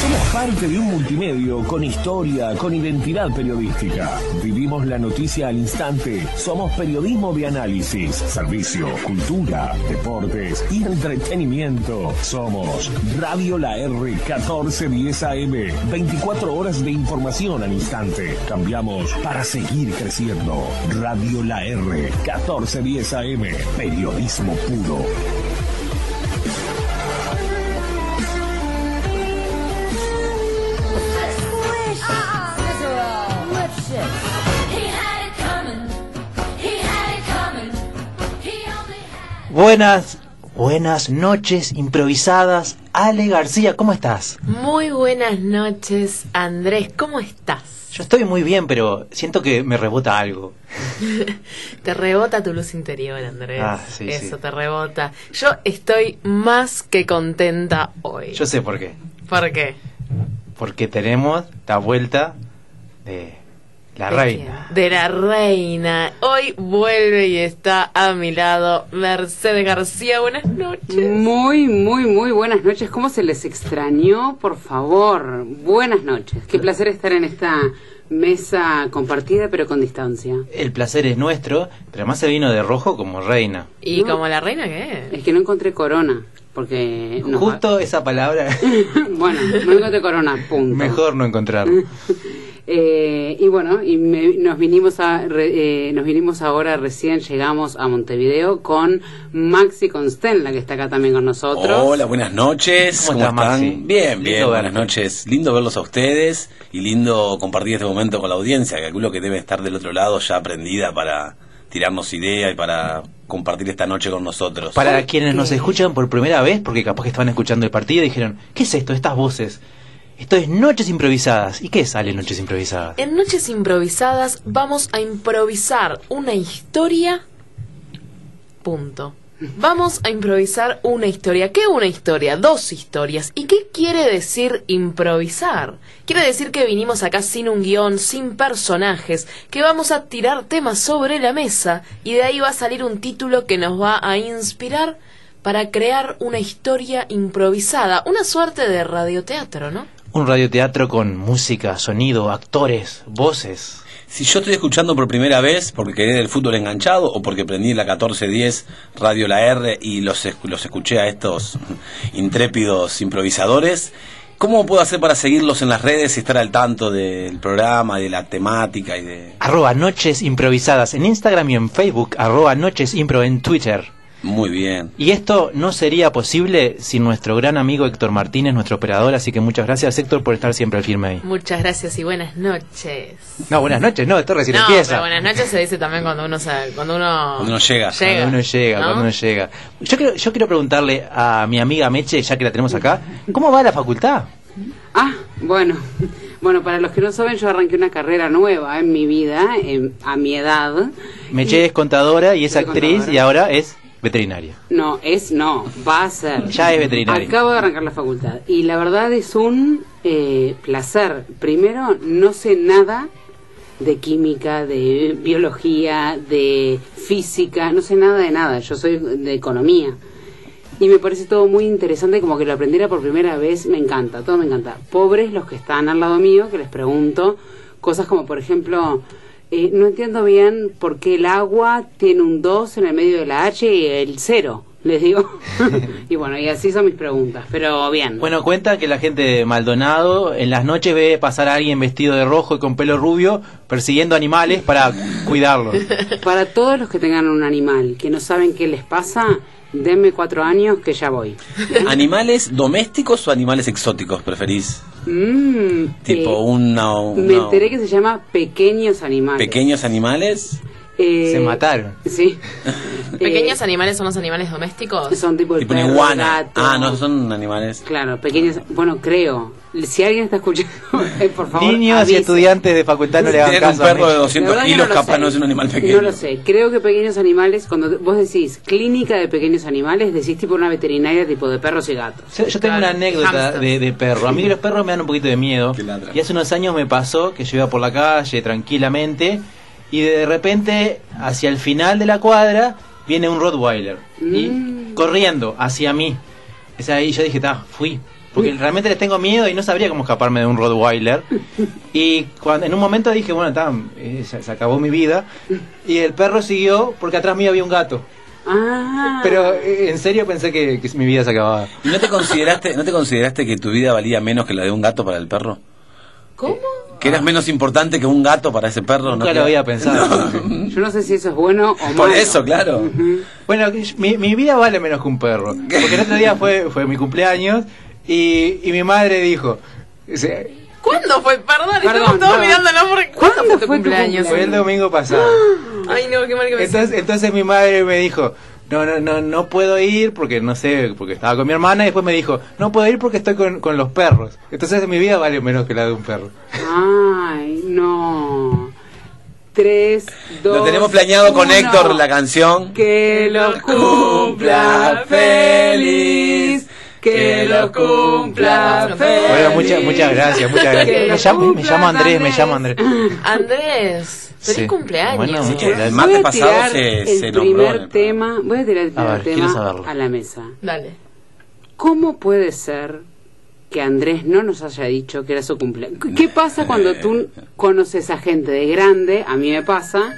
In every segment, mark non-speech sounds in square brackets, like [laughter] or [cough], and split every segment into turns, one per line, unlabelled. Somos parte de un multimedio con historia, con identidad periodística. Vivimos la noticia al instante. Somos periodismo de análisis, servicio, cultura, deportes y entretenimiento. Somos Radio La R 1410 AM. 24 horas de información al instante. Cambiamos para seguir creciendo. Radio La R 1410 AM. Periodismo puro.
Buenas, buenas noches improvisadas. Ale García, ¿cómo estás?
Muy buenas noches, Andrés. ¿Cómo estás?
Yo estoy muy bien, pero siento que me rebota algo.
Te rebota tu luz interior, Andrés.
Ah, sí,
Eso
sí.
te rebota. Yo estoy más que contenta hoy.
Yo sé por qué.
¿Por qué?
Porque tenemos la vuelta de la
¿De
reina.
quién? De la reina. Hoy vuelve y está a mi lado Mercedes García. Buenas noches.
Muy, muy, muy buenas noches. ¿Cómo se les extrañó? Por favor, buenas noches. Qué placer estar en esta mesa compartida pero con distancia.
El placer es nuestro, pero además se vino de rojo como reina.
¿Y
No.
como la reina qué?
Es que no encontré corona, porque... no-
Justo esa palabra,
[laughs] bueno, no encontré corona, punto.
mejor no encontrar.
Eh, y bueno, y me- nos vinimos a, re- eh, nos vinimos ahora recién llegamos a Montevideo con Maxi Constenla que está acá también con nosotros.
Hola, buenas noches.
¿Cómo
¿Cómo,
estás,
están?
Maxi?
Bien, bien,
Lindo
buenas
verte.
noches. Lindo verlos a ustedes y lindo compartir este momento con la audiencia. Calculo que debe estar del otro lado ya aprendida para tirarnos ideas y para compartir esta noche con nosotros.
Para quienes nos escuchan por primera vez, porque capaz que estaban escuchando el partido y dijeron, ¿qué es esto? Estas voces. Esto es Noches Improvisadas. ¿Y qué sale Noches Improvisadas?
En Noches Improvisadas vamos a improvisar una historia. Punto. Vamos a improvisar una historia. ¿Qué una historia? Dos historias. ¿Y qué quiere decir improvisar? Quiere decir que vinimos acá sin un guión, sin personajes, que vamos a tirar temas sobre la mesa y de ahí va a salir un título que nos va a inspirar para crear una historia improvisada, una suerte de radioteatro, ¿no?
Un radioteatro con música, sonido, actores, voces.
Si yo estoy escuchando por primera vez porque quedé del fútbol enganchado o porque prendí la 1410 Radio La R y los, esc- los escuché a estos [laughs] intrépidos improvisadores, ¿cómo puedo hacer para seguirlos en las redes y estar al tanto del programa, de la temática y
[laughs]
de...
Arroba Noches Improvisadas en Instagram y en Facebook. Arroba Noches Impro en Twitter.
Muy bien.
Y esto no sería posible sin nuestro gran amigo Héctor Martínez, nuestro operador. Así que muchas gracias Héctor por estar siempre al firme ahí.
Muchas gracias y buenas noches.
No, buenas noches. No, esto recién
no,
empieza.
pero buenas noches se dice también cuando uno se, cuando uno
Cuando uno llega.
Cuando uno llega,
¿no?
cuando uno llega. Yo quiero, yo quiero preguntarle a mi amiga Meche, ya que la tenemos acá, ¿cómo va la facultad?
Ah, bueno. [laughs] Bueno, para los que no saben, yo arranqué una carrera nueva en mi vida, en- a mi edad.
Meche es contadora y es
Soy
actriz
contadora.
y ahora es veterinaria.
No, es no, va a ser.
Ya es veterinaria.
Acabo de arrancar la facultad y la verdad es un eh, placer. Primero, no sé nada de química, de biología, de física, no sé nada de nada. Yo soy de economía. Y me parece todo muy interesante, como que lo aprendiera por primera vez, me encanta, todo me encanta. Pobres los que están al lado mío, que les pregunto cosas como, por ejemplo, eh, no entiendo bien por qué el agua tiene un 2 en el medio de la H y el 0, les digo. y bueno, y así son mis preguntas, pero bien.
Bueno, cuenta que la gente de Maldonado en las noches ve pasar a alguien vestido de rojo y con pelo rubio persiguiendo animales para
[laughs]
cuidarlos.
Para todos los que tengan un animal que no saben qué les pasa, denme cuatro años que ya voy.
¿Animales domésticos o animales exóticos preferís?
Mm,
Tipo
eh,
una, una-
Me enteré que se llama pequeños animales.
pequeños animales.
Eh,
Se mataron.
[laughs]
Sí.
Pequeños
Eh,
animales son los animales domésticos.
Son tipo el
Tipo una
perro,
iguana.
gato.
Ah, no, son animales.
Claro, pequeños. Bueno, creo. Si alguien está escuchando, [laughs] eh, por favor.
Niños
avise.
y estudiantes de facultad no le hagan
Tener un
caso. a
perro de
Meche.
La
200
verdad que
kilos
lo
capaz
sé.
no es un animal pequeño.
No lo sé. Creo que pequeños animales, cuando vos decís clínica de pequeños animales, decís tipo una veterinaria tipo de perros y gatos.
Yo, yo tengo una
Claro,
anécdota
hamster.
de, de perro. A mí los perros me dan un poquito de miedo.
Que ladran.
Y hace unos años me pasó que yo iba por la calle tranquilamente y de repente hacia el final de la cuadra viene un Rottweiler y corriendo hacia mí. O sea, ahí yo dije, "Ta, fui. Porque realmente les tengo miedo y no sabría cómo escaparme de un Rottweiler. Y cuando, en un momento dije, bueno, tam, eh, se, se acabó mi vida. Y el perro siguió porque atrás mío había un gato.
Ah.
Pero eh, en serio pensé que, que mi vida se acababa.
¿Y no te consideraste, no te consideraste que tu vida valía menos que la de un gato para el perro?
¿Cómo?
Que eras menos importante que un gato para ese perro, ¿no?
Nunca lo había pensado.
Yo no sé si eso es bueno o malo.
Por eso, claro.
Bueno, mi, mi vida vale menos que un perro. Porque el otro día fue, fue mi cumpleaños y, y mi madre dijo... se-
¿Cuándo fue? Perdón,
Perdón,
estamos todos
no.
mirándolo porque...
¿Cuándo fue tu cumpleaños?
Fue el domingo
[gasps]
pasado.
[gasps] Ay, no, qué mal que me
Entonces, entonces mi madre me dijo, no, no, no, no puedo ir porque no sé, porque estaba con mi hermana y después me dijo, no puedo ir porque estoy con, con los perros. Entonces mi vida vale menos que la de un perro.
Ay, no. Tres, dos.
Lo tenemos planeado con
uno.
Héctor, la canción.
Que lo cumpla feliz. Que lo cumpla feliz.
Bueno, muchas, muchas gracias, muchas
Que
gracias. Me
lo
llamo, me
cumplas,
llamo Andrés, me llamo Andrés.
Andrés, feliz
Sí.
cumpleaños.
Bueno,
Así que el
Voy
martes
a
pasado
tirar
se,
el
se nombró. en
primer
el programa.
tema. Voy a tirar el primer
ver, quiero
tema
saberlo.
a la mesa.
Dale.
¿Cómo puede ser que Andrés no nos haya dicho que era su cumpleaños? ¿Qué- ¿Qué pasa cuando tú conoces a gente de grande? A mí me pasa.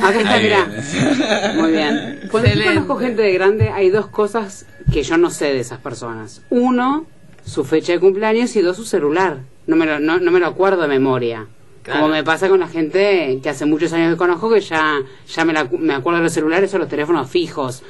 Acá está,
Ahí
mirá.
viene.
Muy bien. Cuando yo
Excelente.
conozco gente de grande, hay dos cosas que yo no sé de esas personas. Uno, su fecha de cumpleaños y dos, su celular. No me lo, no, no me lo acuerdo de memoria.
Claro.
Como me pasa con la gente que hace muchos años que conozco, que ya, ya me, la- me acuerdo de los celulares o los teléfonos
[laughs]
fijos.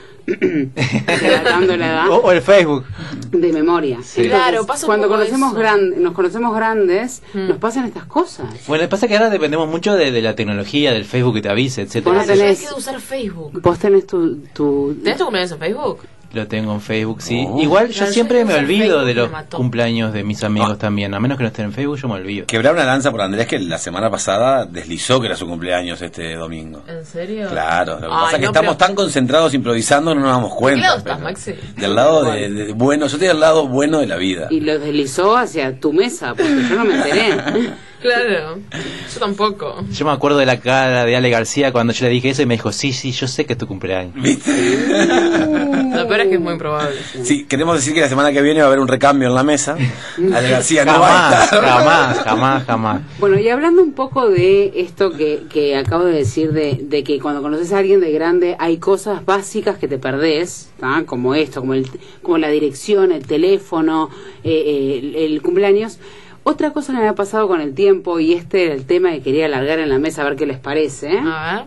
Relatando la edad
O, o el Facebook.
de memoria.
Claro, pasa un
cuando
poco
conocemos
eso. Mm.
gran- nos conocemos grandes, nos pasan estas cosas.
Bueno, pasa que ahora dependemos mucho de, de la tecnología, del Facebook que te avise,
Bueno,
etcétera.
Ah, yo
tenés-
dejé de usar Facebook.
Vos tenés tu... tu-
¿Tenés tu cumpleaños en Facebook?
Lo tengo en Facebook, sí.
Oh.
Igual yo
Claro, yo
siempre me
uso el
olvido
Facebook,
de
me
los
mató.
cumpleaños de mis amigos
Ah.
también. A menos que no estén en Facebook, yo me olvido.
Quebrar una lanza por Andrés que la semana pasada deslizó que era su cumpleaños este domingo.
¿En serio?
Claro, lo que
Ay,
pasa es que
no,
estamos
pero-
tan concentrados improvisando no nos damos cuenta.
lado estás,
pero-
Maxi?
Del lado de, de- bueno, yo estoy del lado bueno de la vida.
Y lo deslizó hacia tu mesa, porque yo no me enteré.
[laughs] Claro. Yo tampoco.
Yo me acuerdo de la cara de Ale García cuando yo le dije eso y me dijo, sí, sí, yo sé que es tu cumpleaños.
Lo peor es que es muy probable.
Sí, queremos decir que la semana que viene va a haber un recambio en
[laughs]
la mesa. Ale García no va a
jamás,
estar.
jamás, jamás,
[laughs]
jamás.
Bueno, y hablando un poco de esto que, que acabo de decir, de, de que cuando conoces a alguien de grande hay cosas básicas que te perdés, ¿tá? como esto, como, el, como la dirección, el teléfono, eh, eh, el, el cumpleaños. Otra cosa que me ha pasado con el tiempo, y este era el tema que quería alargar en la mesa a ver qué les parece, ¿eh?
A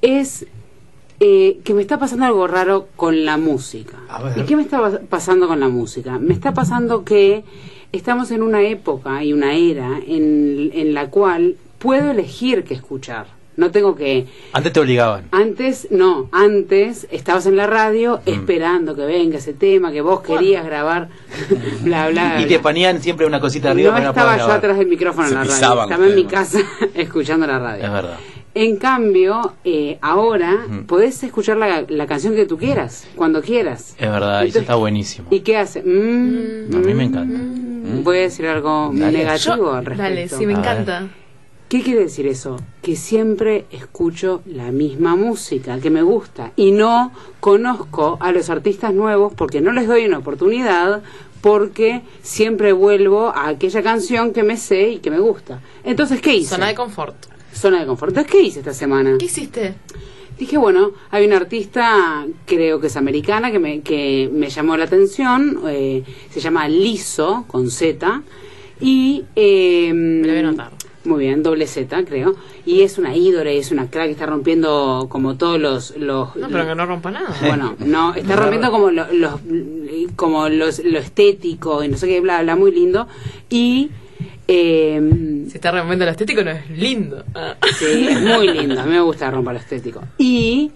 ver.
es eh, que me está pasando algo raro con la música.
A ver.
¿Y qué me está pas- pasando con la música? Me está pasando que estamos en una época y una era en, en la cual puedo elegir qué escuchar. No tengo que...
Antes te obligaban.
Antes, no, antes estabas en la radio
Mm.
esperando que venga ese tema que vos querías grabar, [laughs] bla, bla, bla.
Y te ponían siempre una cosita arriba
no
para no
estaba
poder
yo
grabar.
atrás del micrófono
Se
en la radio,
pisaban
estaba en mi
ustedes, ¿no?
casa [laughs] escuchando la radio.
Es verdad.
En cambio, eh, ahora
Mm.
podés escuchar la, la canción que tú quieras, cuando quieras.
Es verdad, y eso
Entonces-
está buenísimo.
¿Y qué hace? Mm,
Eh. A mí me
mm,
encanta.
Voy a decir algo
Dale.
negativo
Yo-
al respecto.
Dale, sí, me
A ver.
encanta.
¿Qué quiere decir eso? Que siempre escucho la misma música que me gusta y no conozco a los artistas nuevos porque no les doy una oportunidad porque siempre vuelvo a aquella canción que me sé y que me gusta. Entonces, ¿qué hice?
Zona de confort.
Zona de confort. Entonces, ¿qué hice esta semana?
¿Qué hiciste?
Dije, bueno, hay una artista, creo que es americana, que me, que me llamó la atención, eh, se llama Liso, con Z, y... Eh,
voy a anotar.
Muy bien, doble Z, creo. Y es una ídora, y es una crack, está rompiendo como todos los... los
No, pero que no rompa nada.
Bueno, no, está rompiendo como, lo, los, como los, lo estético y no sé qué, bla, bla, muy lindo. Y... eh,
Si está rompiendo el estético, no es lindo. Ah.
Sí, es muy lindo. A mí me gusta romper lo estético. Y,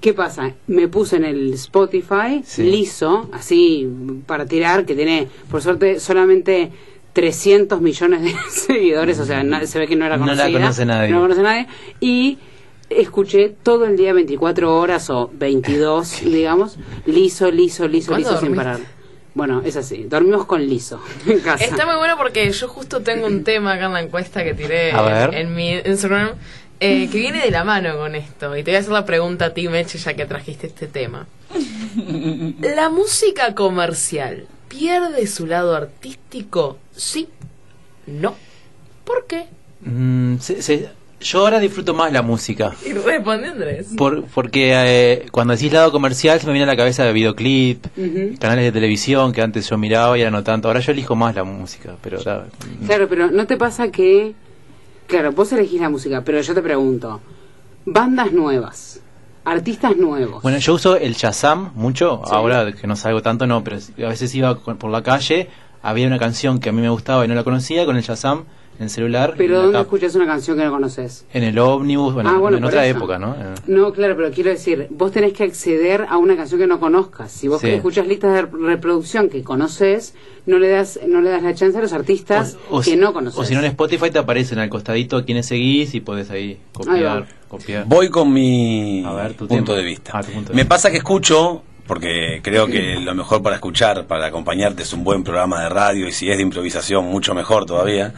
¿qué pasa? Me puse en el Spotify
Sí.
liso, así, para tirar, que tiene, por suerte, solamente 300 millones de [laughs] seguidores. O sea, na- se ve que no era
No la
conocida.
conoce nadie.
No la conoce nadie. Y escuché todo el día 24 horas o 22,
[laughs]
digamos, liso, liso, liso,
¿Cuándo
liso, sin
dormiste?
parar. Bueno, es así. Dormimos con liso [laughs] en casa.
Está muy bueno porque yo justo tengo un tema acá en la encuesta que tiré
A ver.
en mi Instagram eh, que viene de la mano con esto. Y te voy a hacer la pregunta a ti, Meche, ya que trajiste este tema. La música comercial ¿Pierde su lado artístico? Sí. No. ¿Por qué?
Mm, se- se- yo ahora disfruto más la música.
Y responde Andrés.
Por- porque eh, cuando decís lado comercial se me viene a la cabeza de videoclip,
Ujú.
canales de televisión que antes yo miraba y ahora no tanto. Ahora yo elijo más la música, pero ahora-
Claro, pero ¿no te pasa que... Claro, vos elegís la música, pero yo te pregunto, bandas nuevas, artistas nuevos.
Bueno, yo uso el Shazam mucho,
Sí.
ahora que no salgo tanto no, pero a veces iba con- por la calle, había una canción que a mí me gustaba y no la conocía, con el Shazam en el celular,
pero
en,
¿dónde
la tap-
escuchas una canción que no conoces?
en el ómnibus, bueno,
Ah, bueno,
en
por
otra
eso.
época, ¿no? Eh,
No, claro, pero quiero decir, vos tenés que acceder a una canción que no conozcas. Si vos
Sí.
escuchas listas de reproducción que conoces, no le das no le das la chance a los artistas que
si-
no conoces.
o si no en Spotify te aparecen al costadito a quienes seguís y podés ahí
Ahí va.
copiar, copiar.
Voy con mi
A ver, tu
punto
tiempo.
de vista.
Ah, tu punto de
Me
vista.
pasa que escucho, porque creo que lo mejor para escuchar, para acompañarte, es un buen programa de radio y si es de improvisación, mucho mejor todavía.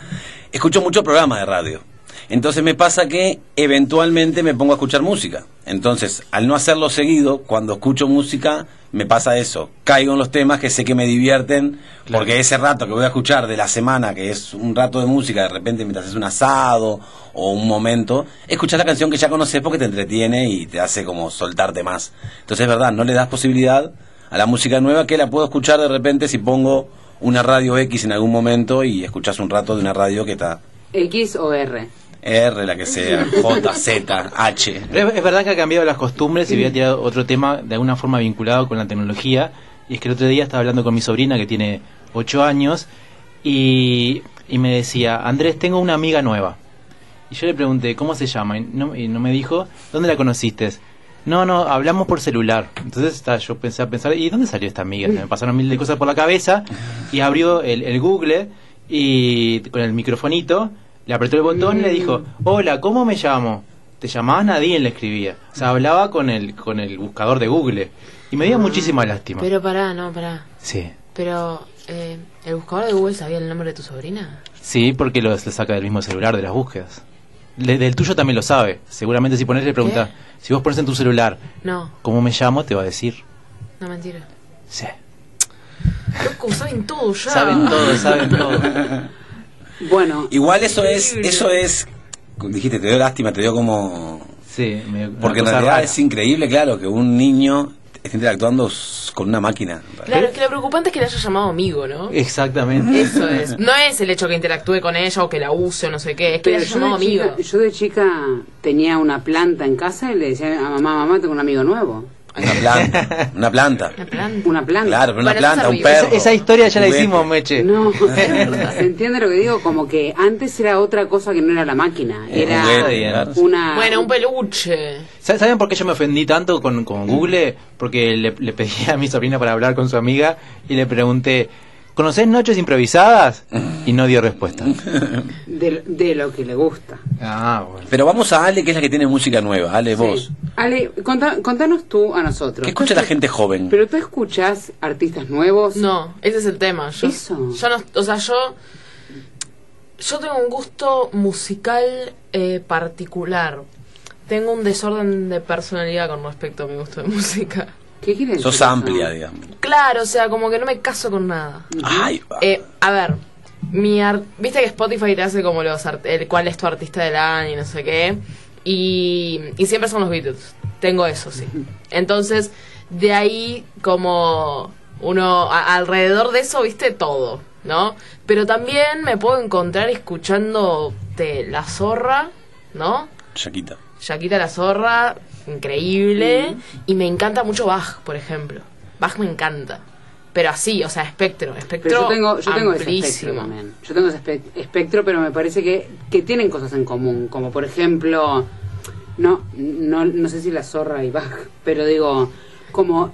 Escucho mucho programa de radio. Entonces me pasa que eventualmente me pongo a escuchar música. Entonces, al no hacerlo seguido, cuando escucho música, me pasa eso. Caigo en los temas que sé que me divierten, porque ese rato que voy a escuchar de la semana, que es un rato de música, de repente mientras haces un asado o un momento, escuchás la canción que ya conoces porque te entretiene y te hace como soltarte más. Entonces, es verdad, no le das posibilidad a la música nueva que la puedo escuchar de repente si pongo una radio X en algún momento y escuchás un rato de una radio que está
X o R.
R, la que sea, J, Z, H.
Pero es, es verdad que ha cambiado las costumbres y voy a tirar otro tema de alguna forma vinculado con la tecnología. Y es que el otro día estaba hablando con mi sobrina que tiene 8 años y, y me decía, Andrés, tengo una amiga nueva. Y yo le pregunté, ¿cómo se llama? Y no, y no me dijo, ¿dónde la conociste? No, no, hablamos por celular. Entonces ta, yo pensé a pensar, ¿y dónde salió esta amiga? Me pasaron mil de cosas por la cabeza y abrió el, el Google y con el microfonito le apretó el botón y le dijo, hola, ¿cómo me llamo? Te llamabas Nadie, le escribía. O sea, hablaba con el, con el buscador de Google. Y me dio muchísima lástima.
Pero pará, no, pará.
Sí,
Pero, eh, ¿el buscador de Google sabía el nombre de tu sobrina?
sí, porque lo, lo saca del mismo celular de las búsquedas. Le- del tuyo también lo sabe. Seguramente si pones le preguntas, si vos pones en tu celular,
No,
¿cómo me llamo? Te va a decir.
no mentira.
Sí.
Loco, saben todo ya.
Saben todo, saben [laughs] todo.
Bueno,
Igual eso es, eso es, dijiste, te dio lástima, te dio como...
Sí, me- una
Porque en
cosa
realidad
rara.
es increíble, claro, que un niño esté interactuando s- con una máquina.
Claro, es que lo preocupante es que le haya llamado amigo, ¿no?
Exactamente.
Eso es. No es el hecho que interactúe con ella o que la use o no sé qué, es que le
pero
haya
yo de,
llamado amigo.
chica, yo de chica tenía una planta en casa y le decía a mamá, mamá, tengo un amigo nuevo.
[laughs] Una planta, una planta.
Una planta.
Una planta.
Claro, pero una
Bueno,
planta, un
eso es
perro.
Esa historia ya la
juguete.
hicimos, Meche.
[laughs]
No, ¿se entiende lo que digo? Como que antes era otra cosa que no era la máquina.
Un
Era
juguete, claro.
una...
Bueno, un peluche.
¿Sa- ¿Saben por qué yo me ofendí tanto con,
Mm.
con Google? Porque le, le pedí a mi sobrina para hablar con su amiga y le pregunté, ¿conocés noches improvisadas? Y no dio
[laughs]
respuesta.
de, de lo que le gusta.
Ah, bueno.
[laughs] Pero vamos a Ale, que es la que tiene música nueva. Ale, vos.
Sí. Ale, contá- contanos tú a nosotros.
¿Qué escucha la gente joven?
¿Pero tú escuchas artistas nuevos?
No, ese es el tema. Yo,
Eso.
yo no, o sea, yo. Yo tengo un gusto musical eh, particular. Tengo un desorden de personalidad con respecto a mi gusto de música.
¿Qué quieres
Sos amplia, digamos.
Claro, o sea, como que no me caso con nada.
Ay, va.
Eh, a ver, mi ar- viste que Spotify te hace como los art- el cuál es tu artista del año y no sé qué. Y, y siempre son los Beatles. Tengo eso, sí. Entonces, de ahí como uno a- alrededor de eso, viste todo, ¿no? Pero también me puedo encontrar escuchándote la zorra, ¿no?
Shakita.
Shakira la zorra, increíble. Y me encanta mucho Bach, por ejemplo. Bach me encanta. Pero así, o sea, espectro, espectro
Pero yo tengo, yo tengo ese espectro
amplísimo.
también. Yo tengo ese espe- espectro, pero me parece que, que tienen cosas en común. Como por ejemplo, no, no, no sé si la zorra y Bach, pero digo, como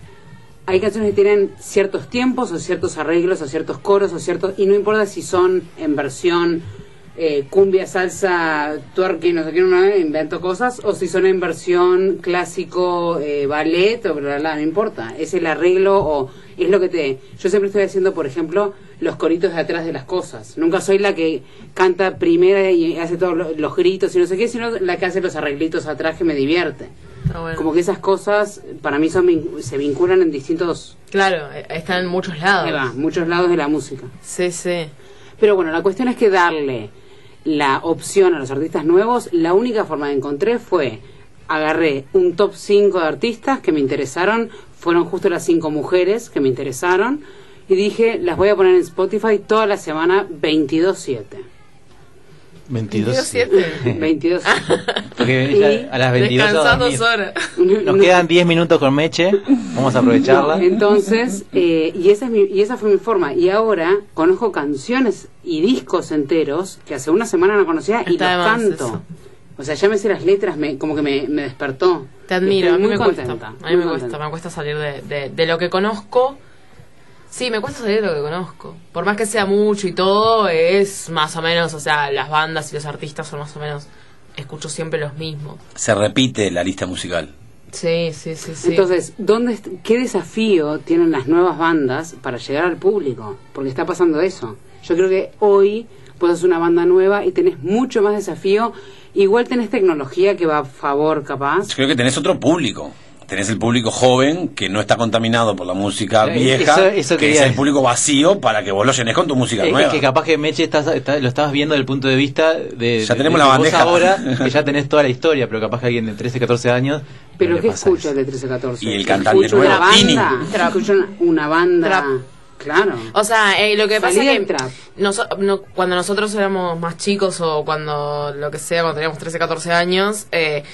hay canciones que tienen ciertos tiempos, o ciertos arreglos, o ciertos coros, o ciertos. Y no importa si son en versión eh, cumbia, salsa, twerking, no sé qué, no, invento cosas, o si son en versión clásico, eh, ballet, o bla, bla, bla, no importa. Es el arreglo o es lo que te. Yo siempre estoy haciendo, por ejemplo, los coritos de atrás de las cosas. Nunca soy la que canta primera y hace todos lo- los gritos y no sé qué, sino la que hace los arreglitos atrás que me divierte.
Ah, bueno.
Como que esas cosas para mí son vin- se vinculan en distintos
Claro, eh, está en muchos
ahí va,
lados.
muchos lados de la música.
Sí, sí.
Pero bueno, la cuestión es que darle la opción a los artistas nuevos, la única forma que encontré fue agarré un top 5 de artistas que me interesaron, fueron justo las 5 mujeres que me interesaron y dije, las voy a poner en Spotify toda la semana 22/7.
22.
7.
22.
Porque
Y
[laughs] ya a las 22 a
Descansás
dormir.
dos horas.
[laughs]
Nos quedan 10 minutos con Meche. Vamos a aprovecharla.
No, entonces, eh, y, esa es mi- y esa fue mi forma. Y ahora conozco canciones y discos enteros que hace una semana no conocía y los
Está de más
canto.
eso.
O sea, ya me sé las letras, me, como que me, me despertó.
Te admiro,
Estoy
a mí
muy
me
contenta,
cuesta. A mí
muy
me cuesta,
contenta.
me cuesta salir de, de, de lo que conozco. Sí, me cuesta salir de lo que conozco. Por más que sea mucho y todo, es más o menos, o sea, las bandas y los artistas son más o menos, escucho siempre los mismos.
Se repite la lista musical.
Sí, sí, sí, sí.
Entonces, ¿dónde, est- ¿qué desafío tienen las nuevas bandas para llegar al público? Porque está pasando eso. Yo creo que hoy vos sos una banda nueva y tenés mucho más desafío. Igual tenés tecnología que va a favor, capaz.
Yo creo que tenés otro público. Tenés el público joven que no está contaminado por la música
Eh,
vieja,
eso- eso
que es
quería
el
decir.
público vacío para que vos lo llenes con tu música
Es,
nueva.
que capaz que Meche estás, está- lo estabas viendo desde el punto de vista de.
Ya
de-
tenemos
de
la
vos
bandeja. [laughs]
ahora, que ya tenés toda la historia, pero capaz que alguien de 13, 14 años. no
Pero
le
¿qué
pasa
escucha el
eso.
de 13 a 14?
Y el cantante
Escucha una
nuevo, Tini.
banda.
Trap.
Escucha una, una banda.
Trap.
Claro.
O sea, eh, lo que pasa
Salí
es
del
que
trap.
noso- no- cuando nosotros éramos más chicos o cuando lo que sea, cuando teníamos 13, 14 años, eh,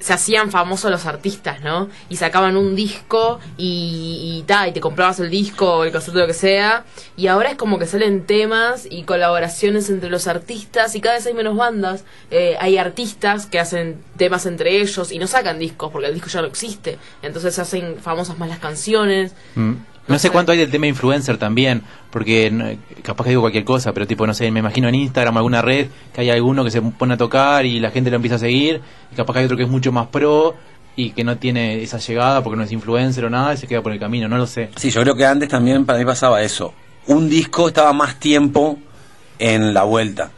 se hacían famosos los artistas, ¿no? Y sacaban un disco y, y ta, y te comprabas el disco o el cassette lo que sea. Y ahora es como que salen temas y colaboraciones entre los artistas y cada vez hay menos bandas. Eh, hay artistas que hacen temas entre ellos y no sacan discos porque el disco ya no existe. Entonces se hacen famosas más las canciones.
Mm. No sé cuánto hay del tema influencer también, porque n- capaz que digo cualquier cosa, pero tipo, no sé, me imagino en Instagram, alguna red, que hay alguno que se pone a tocar y la gente lo empieza a seguir, y capaz que hay otro que es mucho más pro y que no tiene esa llegada porque no es influencer o nada y se queda por el camino, no lo sé.
Sí, yo creo que antes también para mí pasaba eso. Un disco estaba más tiempo en la vuelta.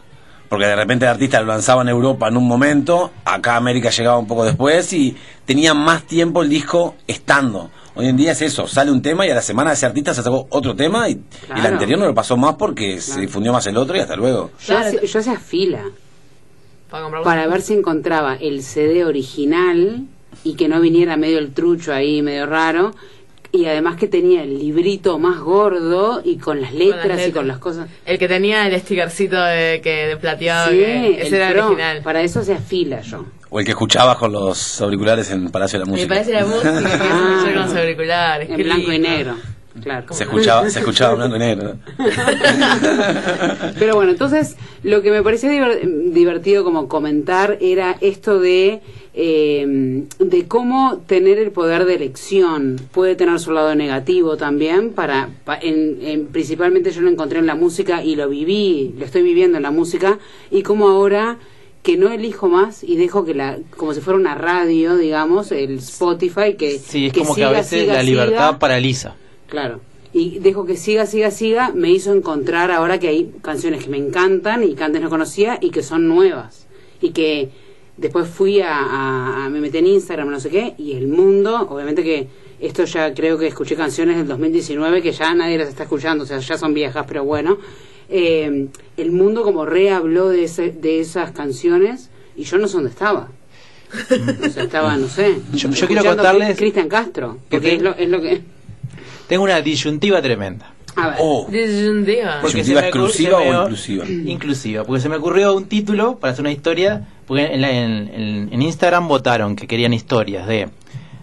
Porque de repente el artista lo lanzaba en Europa en un momento, acá a América llegaba un poco después y tenía más tiempo el disco estando. Hoy en día es eso, sale un tema y a la semana ese artista se sacó otro tema y, y el
Claro.
anterior no lo pasó más porque se
Claro.
difundió más el otro y hasta luego.
Yo,
Claro.
hacía- yo hacía fila
Para, comprar
para ver si encontraba el CD original y que no viniera medio el trucho ahí, medio raro. Y además que tenía el librito más gordo y con las letras, y
letras.
con
[laughs]
las cosas.
El que tenía el stickercito de, que, de plateado,
Sí,
que ese
el
era
pro.
original.
Para eso hacía fila yo.
O el que escuchabas con los auriculares en Palacio de la Música. Mm.
Me parece la música que
Ah.
se escucha con los auriculares.
En
qué
blanco y
lindo.
negro. Claro.
Se escuchaba, se escuchaba hablando en negro.
Pero bueno, entonces lo que me parecía diver- divertido como comentar era esto de, eh, de cómo tener el poder de elección puede tener su lado negativo también, para, pa- en- en- principalmente yo lo encontré en la música y lo viví, lo estoy viviendo en la música, y como ahora que no elijo más y dejo que la, como si fuera una radio, digamos, el Spotify, que...
Sí, es como que a
siga,
veces
siga,
la libertad
siga.
paraliza.
Claro. Y dejo que siga, siga, siga. Me hizo encontrar ahora que hay canciones que me encantan y que antes no conocía y que son nuevas. Y que después fui a, a- a- me metí en Instagram, no sé qué, y el mundo, obviamente que esto ya creo que escuché canciones del 2019 que ya nadie las está escuchando, o sea, ya son viejas, pero bueno. Eh, el mundo como rehabló de, ese- de esas canciones y yo no sé dónde estaba. O sea, estaba, no sé.
Yo- yo quiero
escuchando
contarles-
Cristian Castro,
que
porque
te-
es lo, es lo que.
Tengo una disyuntiva tremenda.
A ver.
Oh,
Disyuntiva.
Porque
¿Disyuntiva
se me ocur-
exclusiva
se me
o
o-
inclusiva?
Inclusiva, porque se me ocurrió un título para hacer una historia, porque en, la- en- en- en Instagram votaron que querían historias de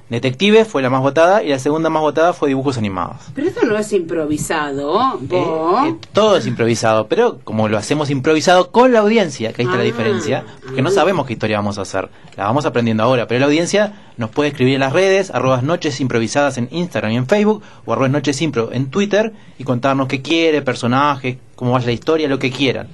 Detectives, fue la más votada, y la segunda más votada fue Dibujos Animados.
Pero esto no es improvisado, vos.
Eh, eh, todo es improvisado, pero como lo hacemos improvisado con la audiencia, que ahí está la
Ah.
diferencia, porque no sabemos qué historia vamos a hacer, la vamos aprendiendo ahora, pero la audiencia nos puede escribir en las redes, arrobas noches improvisadas en Instagram y en Facebook, o arrobas noches impro en Twitter, y contarnos qué quiere, personajes, cómo vaya la historia, lo que quieran.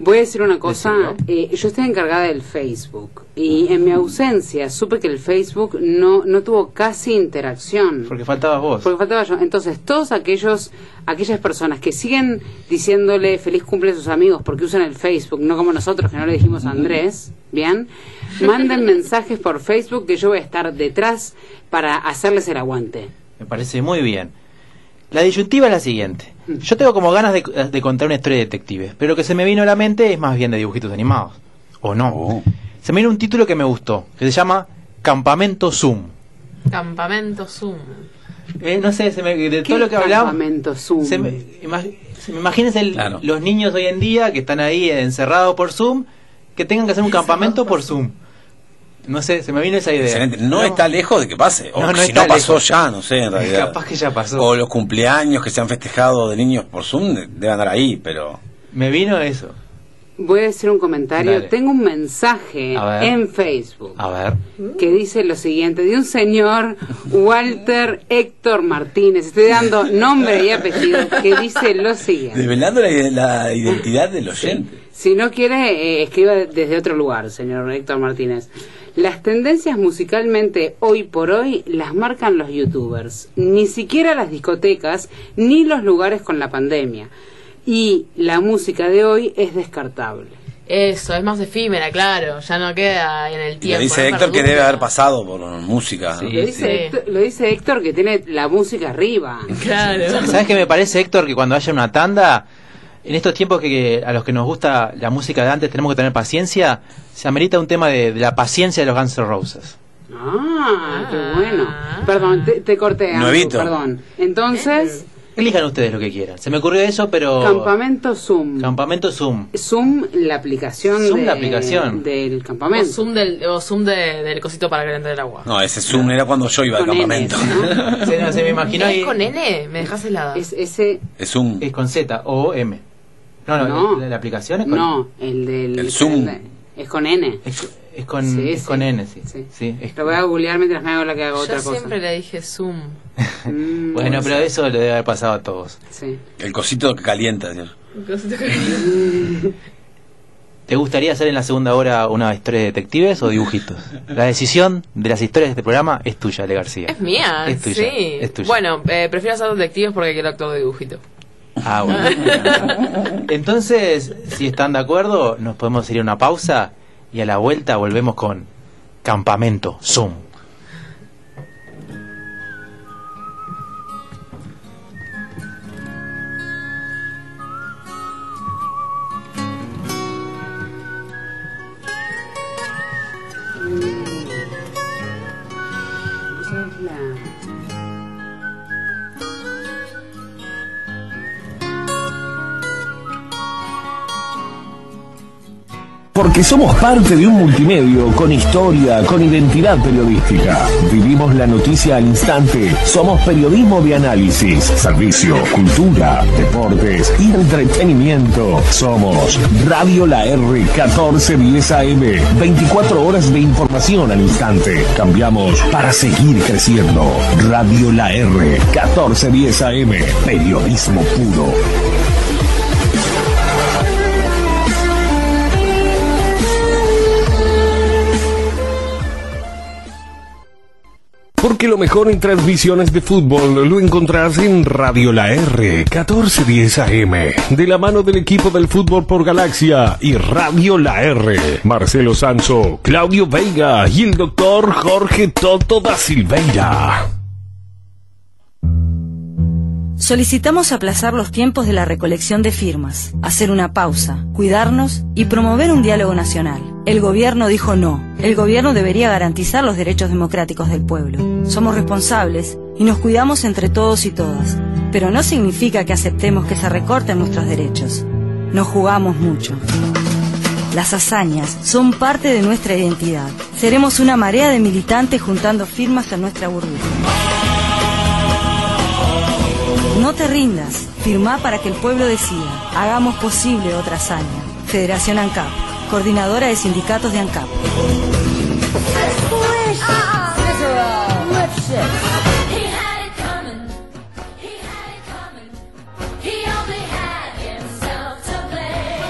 Voy a decir una cosa,
Decilo.
eh, yo estoy encargada del Facebook y en mi ausencia supe que el Facebook no, no tuvo casi interacción.
Porque faltabas vos.
Porque faltaba yo. Entonces, todos aquellos, aquellas personas que siguen diciéndole feliz cumple a sus amigos porque usan el Facebook, no como nosotros que no le dijimos a Andrés, ¿bien?
[laughs]
Manden mensajes por Facebook que yo voy a estar detrás para hacerles el aguante.
Me parece muy bien. La disyuntiva es la siguiente. Yo tengo como ganas de, de contar una historia de detectives, pero lo que se me vino a la mente es más bien de dibujitos animados. ¿O no?
Oh.
Se me vino un título que me gustó, que se llama Campamento Zoom.
Campamento Zoom.
Eh, no sé, se me- de
¿Qué
todo lo que hablamos...
campamento Zoom?
Se me, imag- se me- imagínense el-
Claro.
los niños hoy en día que están ahí encerrados por Zoom, que tengan que hacer un campamento por Zoom. No sé, se me vino esa idea.
Excelente. No,
Digamos,
está lejos de que pase. O
Eh, No, no
si
está
no pasó
lejos.
ya, no
[laughs]
sé, en realidad.
Capaz que ya pasó.
O los cumpleaños que se han festejado de niños por Zoom de- deben andar ahí, pero.
Me vino eso.
Voy a decir un comentario.
Dale.
Tengo un mensaje
A ver.
en Facebook
A ver.
que dice lo siguiente, de un señor Walter Héctor Martínez, estoy dando nombre y apellido, que dice lo siguiente.
Develando la, la identidad del oyente.
Si no quiere, eh, escriba desde otro lugar, señor Héctor Martínez. Las tendencias musicalmente hoy por hoy las marcan los youtubers, ni siquiera las discotecas ni los lugares con la pandemia. Y la música de hoy es descartable.
Eso, es más efímera, claro. Ya no queda en el
Y le
tiempo.
dice
no
Héctor que
perdura.
debe haber pasado por música. ¿no?
Sí.
Lo dice, Héctor, lo dice Héctor que tiene la música arriba.
Claro.
¿Sabes qué me parece, Héctor, que cuando haya una tanda, en estos tiempos que, que a los que nos gusta la música de antes tenemos que tener paciencia, se amerita un tema de, de la paciencia de los Guns N' Roses.
Ah, qué
Ah.
bueno. Perdón, te, te corté. Andrew,
Nuevito.
Perdón. Entonces,
Elijan ustedes lo que quieran. Se me ocurrió eso,
Oh.
pero...
campamento Zoom.
Campamento
[laughs]
Zoom.
Zoom, la aplicación,
Zoom,
de-
la aplicación.
del
O
campamento.
zoom, del, o zoom de- del cosito para calentar el agua.
No, ese Zoom era cuando yo iba al
Con
campamento.
N, ¿no?
Se, no, se me imaginó
¿Es
ahí...
con N? ¿Me dejas helada?
Es ese,
Es un.
Es con Z o M. No, no,
No.
La, la aplicación es con...
no, el del
El Zoom.
Es con N.
Es, es con,
Sí,
es con
sí.
N, sí.
Sí.
Sí, es-
Lo voy a googlear mientras me hago la que hago
Yo
otra cosa.
siempre le dije Zoom.
[laughs] Mm,
Bueno, pero eso le debe haber pasado a todos.
sí.
El cosito que calienta. señor.
¿Te gustaría hacer en la segunda hora una historia de detectives o dibujitos? La decisión de las historias de este programa es tuya, Ale García.
Es mía,
Es tuya,
sí.
es tuya.
Bueno, eh, prefiero hacer detectives porque quiero actor de dibujito.
Ah, bueno. Entonces, si están de acuerdo, nos podemos ir a una pausa y a la vuelta volvemos con Campamento Zoom.
Esa es la-
Porque somos parte de un multimedio con historia, con identidad periodística. Vivimos la noticia al instante. Somos periodismo de análisis, servicio, cultura, deportes y entretenimiento. Somos Radio La R 1410 AM. 24 horas de información al instante. Cambiamos para seguir creciendo. Radio La R 1410 AM. Periodismo puro. Porque lo mejor en transmisiones de fútbol lo encontrás en Radio La R, 1410 AM, de la mano del equipo del fútbol por Galaxia y Radio La R. Marcelo Sanso, Claudio Veiga y el doctor Jorge Toto da Silveira.
Solicitamos aplazar los tiempos de la recolección de firmas, hacer una pausa, cuidarnos y promover un diálogo nacional. El gobierno dijo no. El gobierno debería garantizar los derechos democráticos del pueblo. Somos responsables y nos cuidamos entre todos y todas, pero no significa que aceptemos que se recorten nuestros derechos. Nos jugamos mucho. Las hazañas son parte de nuestra identidad. Seremos una marea de militantes juntando firmas en nuestra burbuja. No te rindas. Firmá para que el pueblo decida. Hagamos posible otra hazaña. Federación ANCAP. Coordinadora de Sindicatos de ANCAP.
He had it coming. He had it coming. He only had himself to blame.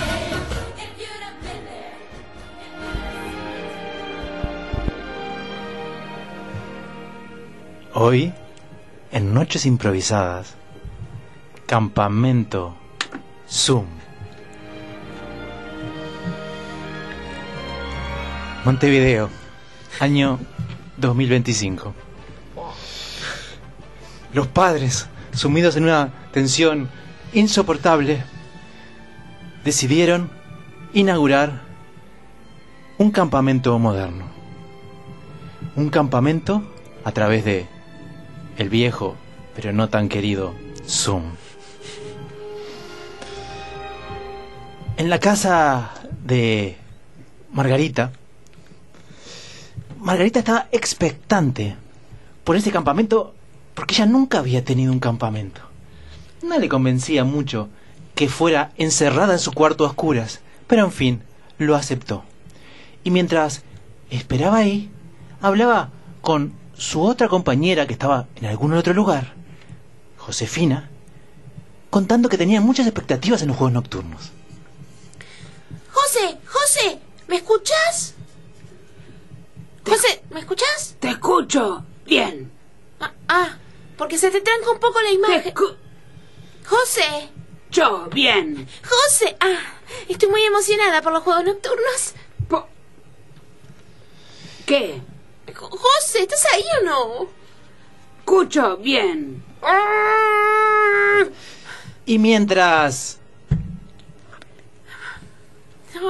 Hoy, en Noches Improvisadas, Campamento Zoom. Montevideo, año 2025. Los padres, sumidos en una tensión insoportable, decidieron inaugurar un campamento moderno. Un campamento a través de el viejo, pero no tan querido, Zoom. En la casa de Margarita, Margarita estaba expectante por ese campamento porque ella nunca había tenido un campamento. No le convencía mucho que fuera encerrada en su cuarto a oscuras, pero en fin, lo aceptó. Y mientras esperaba ahí, hablaba con su otra compañera que estaba en algún otro lugar, Josefina, contando que tenía muchas expectativas en los juegos nocturnos.
José, José, ¿me escuchas? José, ¿me escuchas?
Te escucho. Bien.
Ah, ah, porque se te tranca un poco la
Te
imagen.
escucho.
José,
Bien.
José, ah, estoy muy emocionada por los juegos nocturnos.
Po- ¿Qué?
Jo- José, ¿estás ahí o no?
Escucho. Bien.
Y mientras.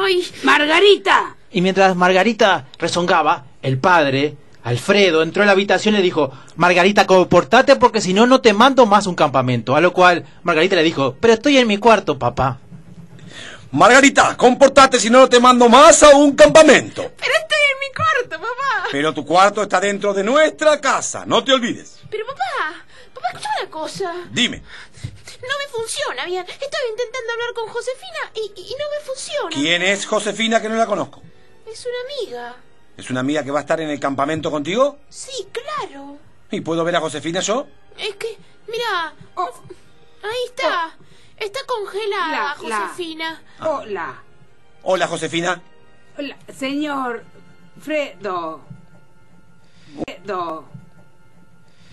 Ay,
Margarita.
Y mientras Margarita rezongaba, el padre, Alfredo, entró a la habitación y le dijo: Margarita, comportate porque si no, no te mando más un campamento. A lo cual Margarita le dijo: Pero estoy en mi cuarto, papá.
Margarita, comportate si no no te mando más a un campamento.
pero estoy en mi cuarto, papá.
Pero tu cuarto está dentro de nuestra casa, no te olvides.
Pero papá, papá, escucha una cosa.
Dime,
No me funciona bien. Estoy intentando hablar con Josefina y, y- y no me funciona.
¿quién es Josefina que no la conozco?
Es una amiga.
¿Es una amiga que va a estar en el campamento contigo?
Sí, claro.
¿Y puedo ver a Josefina yo?
Es que, mira,
Oh.
ahí está. Está congelada,
La- la-
Josefina.
Hola.
Hola, Josefina.
Hola. Señor Fredo. Fredo.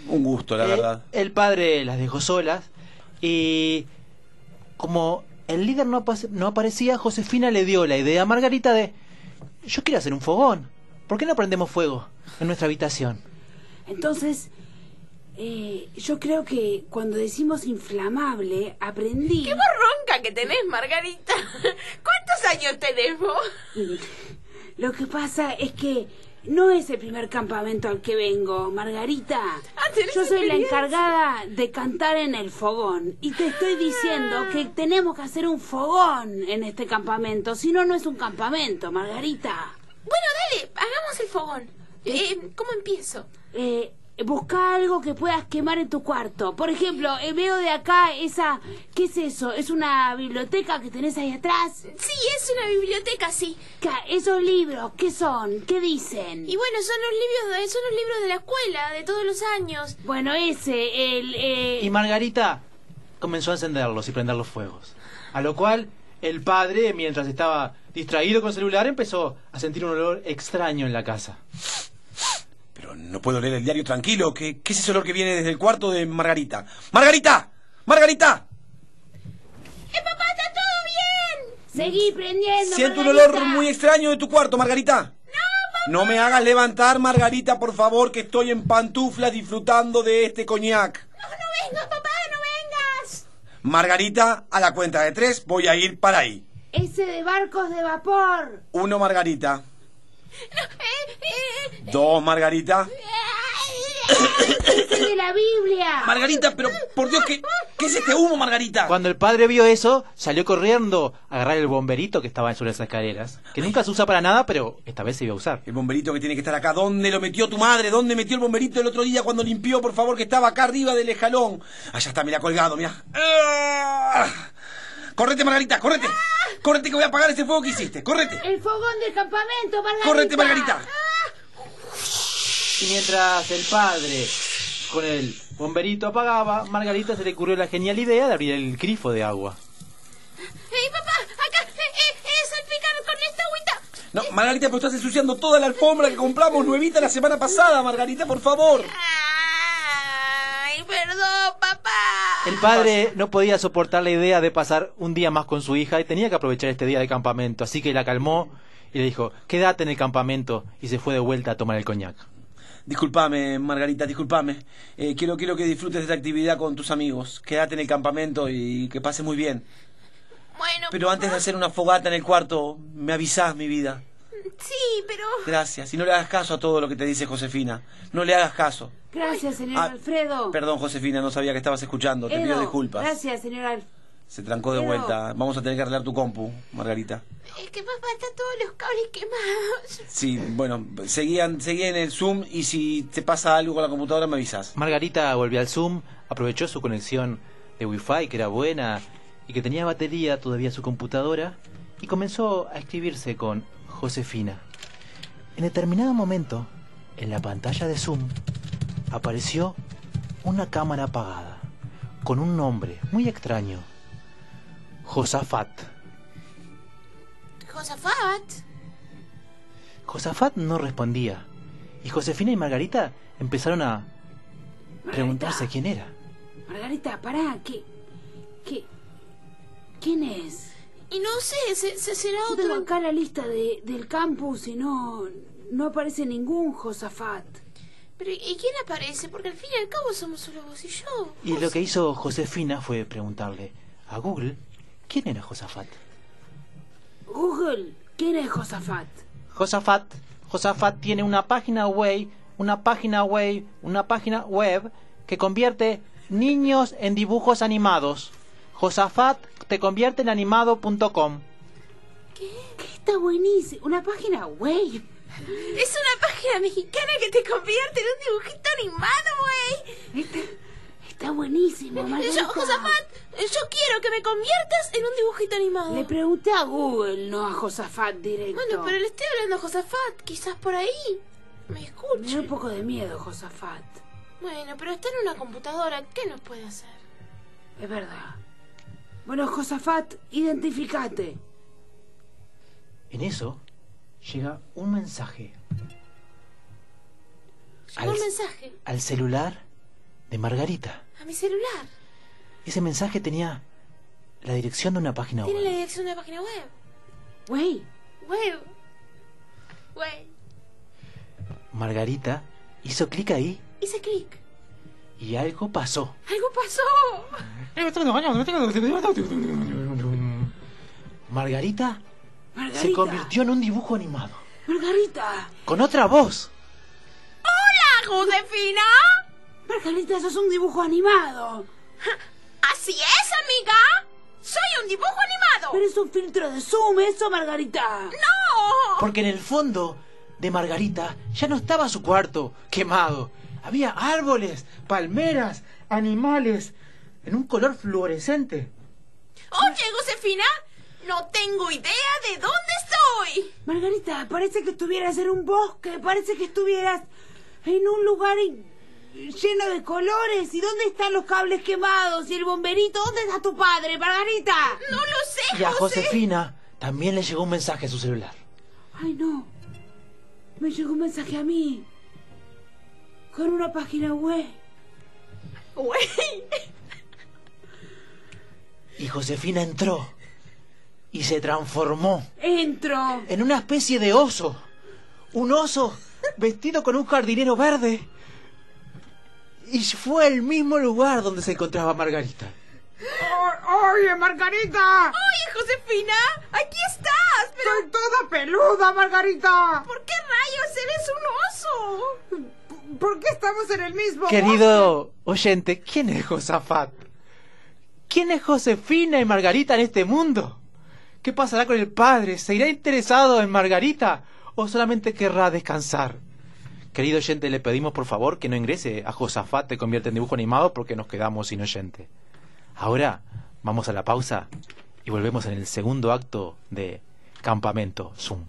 Un gusto, la
Eh,
verdad.
El padre las dejó solas y como el líder no, apa- no aparecía, Josefina le dio la idea a Margarita de, yo quiero hacer un fogón, ¿por qué no prendemos fuego en nuestra habitación?
Entonces, eh, yo creo que cuando decimos inflamable, aprendí.
Qué ronca que tenés, Margarita. [laughs] ¿Cuántos años tenés vos?
Lo que pasa es que no es el primer campamento al que vengo, Margarita.
Ah, ¿tenés
Yo soy la
experiencia?
encargada de cantar en el fogón y te estoy
Ah.
diciendo que tenemos que hacer un fogón en este campamento, si no no es un campamento, Margarita.
Bueno, dale, hagamos el fogón. Eh, ¿Cómo empiezo?
Eh, busca algo que puedas quemar en tu cuarto. Por ejemplo, eh, veo de acá esa ¿qué es eso? ¿Es una biblioteca que tenés ahí atrás?
Sí, es una biblioteca, sí.
Ca- Esos libros, ¿qué son? ¿Qué dicen?
Y bueno, son los libros de, son los libros de la escuela, de todos los años.
Bueno, ese el eh,
Y Margarita comenzó a encenderlos y prender los fuegos. A lo cual el padre, mientras estaba distraído con el celular, empezó a sentir un olor extraño en la casa.
Pero no puedo leer el diario tranquilo. ¿Qué, qué es ese olor que viene desde el cuarto de Margarita? ¡Margarita! ¡Margarita!
¡Eh, papá, está todo bien!
Seguí prendiendo.
Siento un
Margarita.
olor muy extraño de tu cuarto, Margarita. No me hagas levantar, Margarita, por favor, que estoy en pantuflas disfrutando de este coñac.
No, no vengas, papá, no vengas.
Margarita, a la cuenta de tres voy a ir para ahí.
Ese de barcos de vapor.
Uno, Margarita.
Eh, eh,
Dos, Margarita.
Ese de la Biblia.
Margarita, pero por Dios, ¿qué, qué es este humo, Margarita?
Cuando el padre vio eso, salió corriendo a agarrar el bomberito que estaba sobre las escaleras, que nunca se usa para nada, pero esta vez se iba a usar.
El bomberito que tiene que estar acá, ¿dónde lo metió tu madre? ¿Dónde metió el bomberito el otro día cuando limpió, por favor, que estaba acá arriba del escalón? Allá está, mira, colgado, mira. ¡Ah! ¡Correte, Margarita, correte! ¡Correte que voy a apagar ese fuego que hiciste! ¡Correte!
El fogón del campamento, Margarita.
¡Correte, Margarita!
Y mientras el padre con el bomberito apagaba, Margarita se le ocurrió la genial idea de abrir el grifo de agua.
eh, papá, acá, eh, eh, eh, salpicar con esta agüita.
No, Margarita, pero estás ensuciando toda la alfombra que compramos nuevita la semana pasada, Margarita, por favor.
Ah, perdón, papá.
El padre no podía soportar la idea de pasar un día más con su hija y tenía que aprovechar este día de campamento, así que la calmó y le dijo, quédate en el campamento y se fue de vuelta a tomar el coñac.
Disculpame, Margarita, disculpame. Eh, quiero, quiero que disfrutes de esta actividad con tus amigos. Quédate en el campamento y que pases muy bien.
Bueno,
Pero antes de hacer una fogata en el cuarto, me avisás, mi vida.
sí, pero...
Gracias. Y no le hagas caso a todo lo que te dice Josefina. No le hagas caso.
Gracias, señor
Ah,
Alfredo.
Perdón, Josefina, no sabía que estabas escuchando.
Eh,
Te pido
Edo,
disculpas.
Gracias, señor Alfredo.
Se trancó de
Edo.
vuelta. Vamos a tener que arreglar tu compu, Margarita.
Es que papá está todos los cables quemados.
Sí, bueno, seguían, seguí en el Zoom y si te pasa algo con la computadora me avisas.
Margarita volvió al Zoom, aprovechó su conexión de Wi-Fi, que era buena y que tenía batería todavía su computadora, y comenzó a escribirse con Josefina. En determinado momento, en la pantalla de Zoom, apareció una cámara apagada, con un nombre muy extraño, Josafat.
Josafat.
Josafat no respondía, y Josefina y Margarita empezaron a preguntarse quién era.
Margarita, pará, ¿qué? ¿Qué? ¿Quién es?
Y no sé, se, se será
Yo
otro...
tengo acá la lista de, del campus y no, no aparece ningún Josafat.
Pero ¿y quién aparece? Porque al fin y al cabo somos solo vos y yo.
Y lo que hizo Josefina fue preguntarle a Google quién era Josafat.
Google, ¿quién es Josafat?
Josafat, Josafat tiene una página web, una página web, una página web que convierte niños en dibujos animados. Josafat te convierte en animado.com.
¿Qué está buenísimo? Una página web.
Es una página mexicana que te convierte en un dibujito animado, güey.
Está, está buenísimo, Margarita.
Yo, Josafat, yo quiero que me conviertas en un dibujito animado.
Le pregunté a Google, no a Josafat directo.
Bueno, pero le estoy hablando a Josafat, quizás por ahí. Me
Me da
escuche.
un poco de miedo, Josafat.
Bueno, pero está en una computadora, ¿qué nos puede hacer?
Es verdad. Bueno, Josafat, identificate.
En eso llega un mensaje Al-
Llegó un mensaje
al celular de Margarita.
a mi celular.
Ese mensaje tenía la dirección de una página
Tiene
web.
la dirección de la página web.
Wey,
Web. Web.
Margarita hizo clic ahí
Hice clic.
y algo pasó.
Algo pasó.
Margarita
Margarita.
se convirtió en un dibujo animado,
Margarita.
con otra voz.
¡Hola, Josefina!
Margarita, sos un dibujo animado.
[laughs] Así es, amiga. Soy un dibujo animado.
Pero es un filtro de Zoom, eso, Margarita.
¡No!
Porque en el fondo de Margarita ya no estaba su cuarto quemado. Había árboles, palmeras, animales, en un color fluorescente.
Oye, Josefina, no tengo idea de dónde estoy.
Margarita, parece que estuvieras en un bosque, parece que estuvieras en un lugar in- lleno de colores. ¿Y dónde están los cables quemados? ¿Y el bomberito? ¿Dónde está tu padre, Margarita?
No lo sé,
Y a
José.
Josefina también le llegó un mensaje a su celular.
Ay, no. Me llegó un mensaje a mí. Con una página web.
Güey.
Y Josefina entró y se transformó
Entro.
en una especie de oso. Un oso vestido con un jardinero verde. Y fue el mismo lugar donde se encontraba Margarita.
Oye, Margarita.
Oye, Josefina, aquí estás. Pero
Estoy toda peluda, Margarita.
¿por qué rayos eres un oso?
¿Por qué estamos en el mismo
Querido oyente, ¿quién es Josafat? ¿Quién es Josefina y Margarita en este mundo? ¿Qué pasará con el padre? ¿Seguirá interesado en Margarita o solamente querrá descansar? Querido oyente, le pedimos por favor que no ingrese a Josafat te convierte en dibujo animado porque nos quedamos sin oyente. Ahora vamos a la pausa y volvemos en el segundo acto de Campamento Zoom.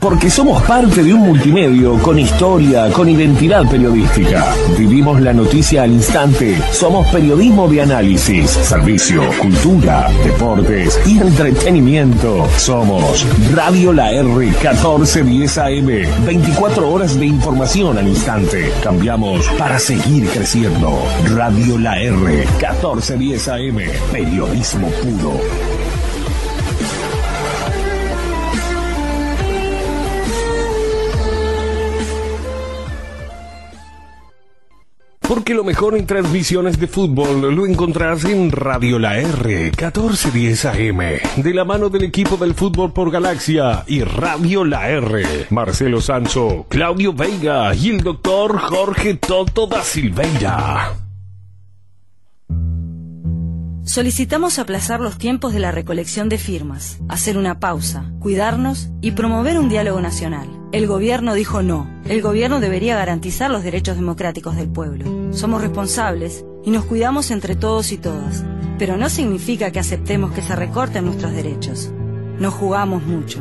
Porque somos parte de un multimedio con historia, con identidad periodística. Vivimos la noticia al instante. Somos periodismo de análisis, servicio, cultura, deportes y entretenimiento. Somos Radio La R 1410 AM. 24 horas de información al instante. Cambiamos para seguir creciendo. Radio La R 1410 AM. Periodismo puro. Porque lo mejor en transmisiones de fútbol lo encontrás en Radio La R, 1410 AM, de la mano del equipo del fútbol por Galaxia y Radio La R. Marcelo Sanso, Claudio Veiga y el doctor Jorge Toto da Silveira.
Solicitamos aplazar los tiempos de la recolección de firmas, hacer una pausa, cuidarnos y promover un diálogo nacional. El gobierno dijo no. El gobierno debería garantizar los derechos democráticos del pueblo. Somos responsables y nos cuidamos entre todos y todas, pero no significa que aceptemos que se recorten nuestros derechos. Nos jugamos mucho.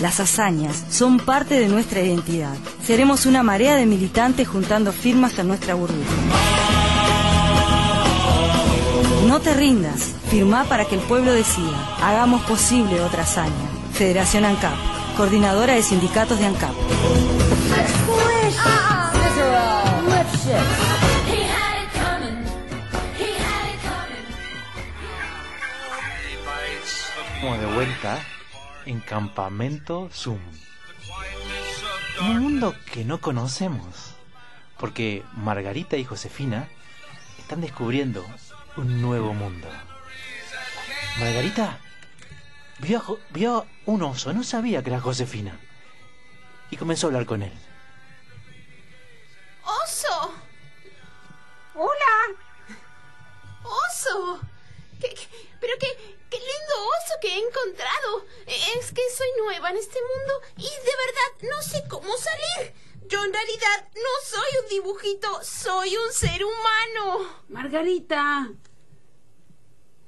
Las hazañas son parte de nuestra identidad. Seremos una marea de militantes juntando firmas en nuestra burbuja. No te rindas, firmá para que el pueblo decida. Hagamos posible otra hazaña. Federación ANCAP, coordinadora de sindicatos de ANCAP.
Estamos de vuelta en Campamento Zoom. Un mundo que no conocemos. Porque Margarita y Josefina están descubriendo un nuevo mundo. Margarita vio, a Jo- vio a un oso, no sabía que era Josefina. Y comenzó a hablar con él.
¡Oso!
Hola,
¡Oso! ¿Qué, qué- pero qué, qué lindo oso que he encontrado! E- Es que soy nueva en este mundo y de verdad no sé cómo salir. Yo en realidad no soy un dibujito, soy un ser humano.
Margarita,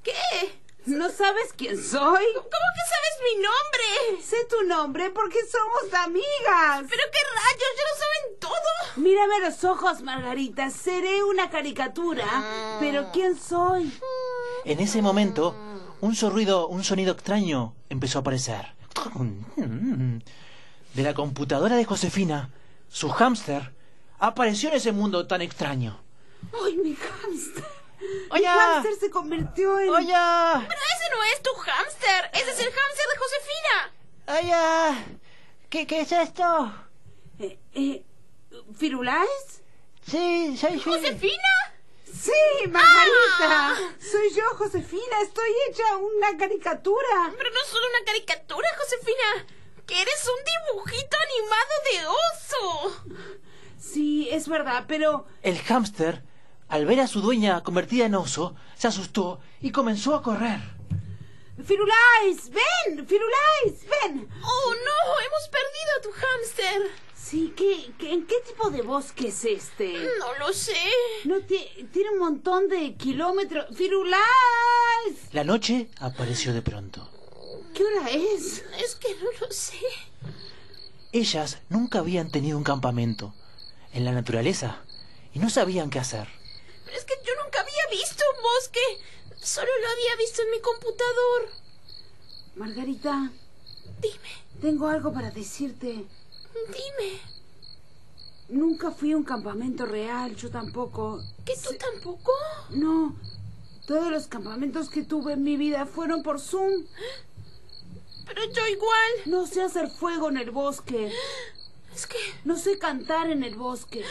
¿Qué?
¿no sabes quién soy?
¿Cómo que sabes mi nombre?
sé tu nombre porque somos amigas.
¿Pero qué rayos? ¿Ya lo saben todo?
Mírame a los ojos, Margarita. Seré una caricatura,
Ah.
pero ¿quién soy?
En ese momento, un sorruido, un sonido extraño empezó a aparecer. De la computadora de Josefina, su hámster, apareció en ese mundo tan extraño.
¡Ay, mi hámster!
El
¡Hola!
hámster se convirtió en.
¡Hola!
Pero ese no es tu hámster, ese es el hámster de Josefina.
¡Hola! ¿Qué, qué es esto?
Eh, eh, ¿Firulais?
Sí, soy yo.
¿Josefina? Ah.
Sí, Margarita. Soy yo, Josefina. Estoy hecha una caricatura.
Pero no solo una caricatura, Josefina. Que eres un dibujito animado de oso.
Sí, es verdad, pero
El hámster, al ver a su dueña convertida en oso, se asustó y comenzó a correr.
Firulais, ven, Firulais, ven.
Oh, no, hemos perdido a tu hámster.
sí, ¿qué, qué, en qué tipo de bosque es este?
No lo sé.
No tie- tiene un montón de kilómetros. ¡Firulais!
La noche apareció de pronto.
¿Qué hora es?
Es que no lo sé.
Ellas nunca habían tenido un campamento en la naturaleza y no sabían qué hacer.
Pero es que yo nunca había visto un bosque. Solo lo había visto en mi computador.
Margarita,
Dime,
tengo algo para decirte.
dime.
Nunca fui a un campamento real, yo tampoco.
¿Que tú tampoco?
No, todos los campamentos que tuve en mi vida fueron por Zoom.
Pero yo igual.
No sé hacer fuego en el bosque.
Es que...
No sé cantar en el
[gasps]
bosque.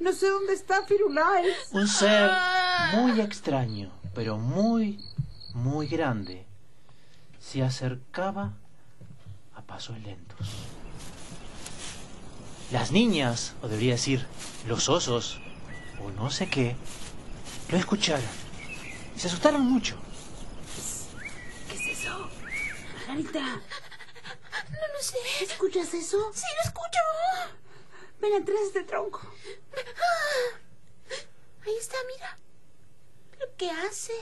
No sé dónde está Firulais.
Un ser muy extraño, pero muy, muy grande, se acercaba a pasos lentos. Las niñas, o debería decir, los osos, o no sé qué, lo escucharon y se asustaron mucho.
¿Qué es eso? Clarita,
No lo sé.
¿escuchas eso?
Sí, lo escucho.
Ven atrás de este tronco.
Ah, Ahí está, mira. ¿Pero qué hace?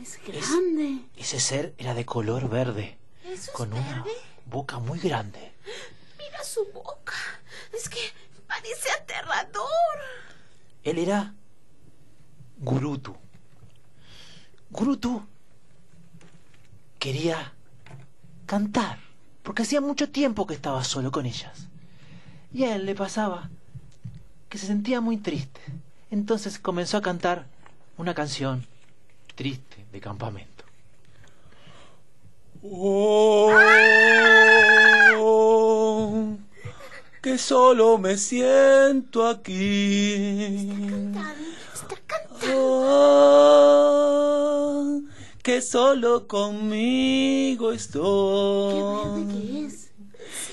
Es grande.
Ese ser era de color verde,
¿Eso es
con una
verde?
boca muy grande.
Mira su boca. Es que parece aterrador.
Él era Gurutu. Gurutu quería cantar, porque hacía mucho tiempo que estaba solo con ellas. Y a él le pasaba que se sentía muy triste. Entonces comenzó a cantar una canción triste de campamento.
Oh, que solo me siento aquí.
Tan- Está cantando.
Oh, que solo conmigo
¿Verde
estoy.
qué es?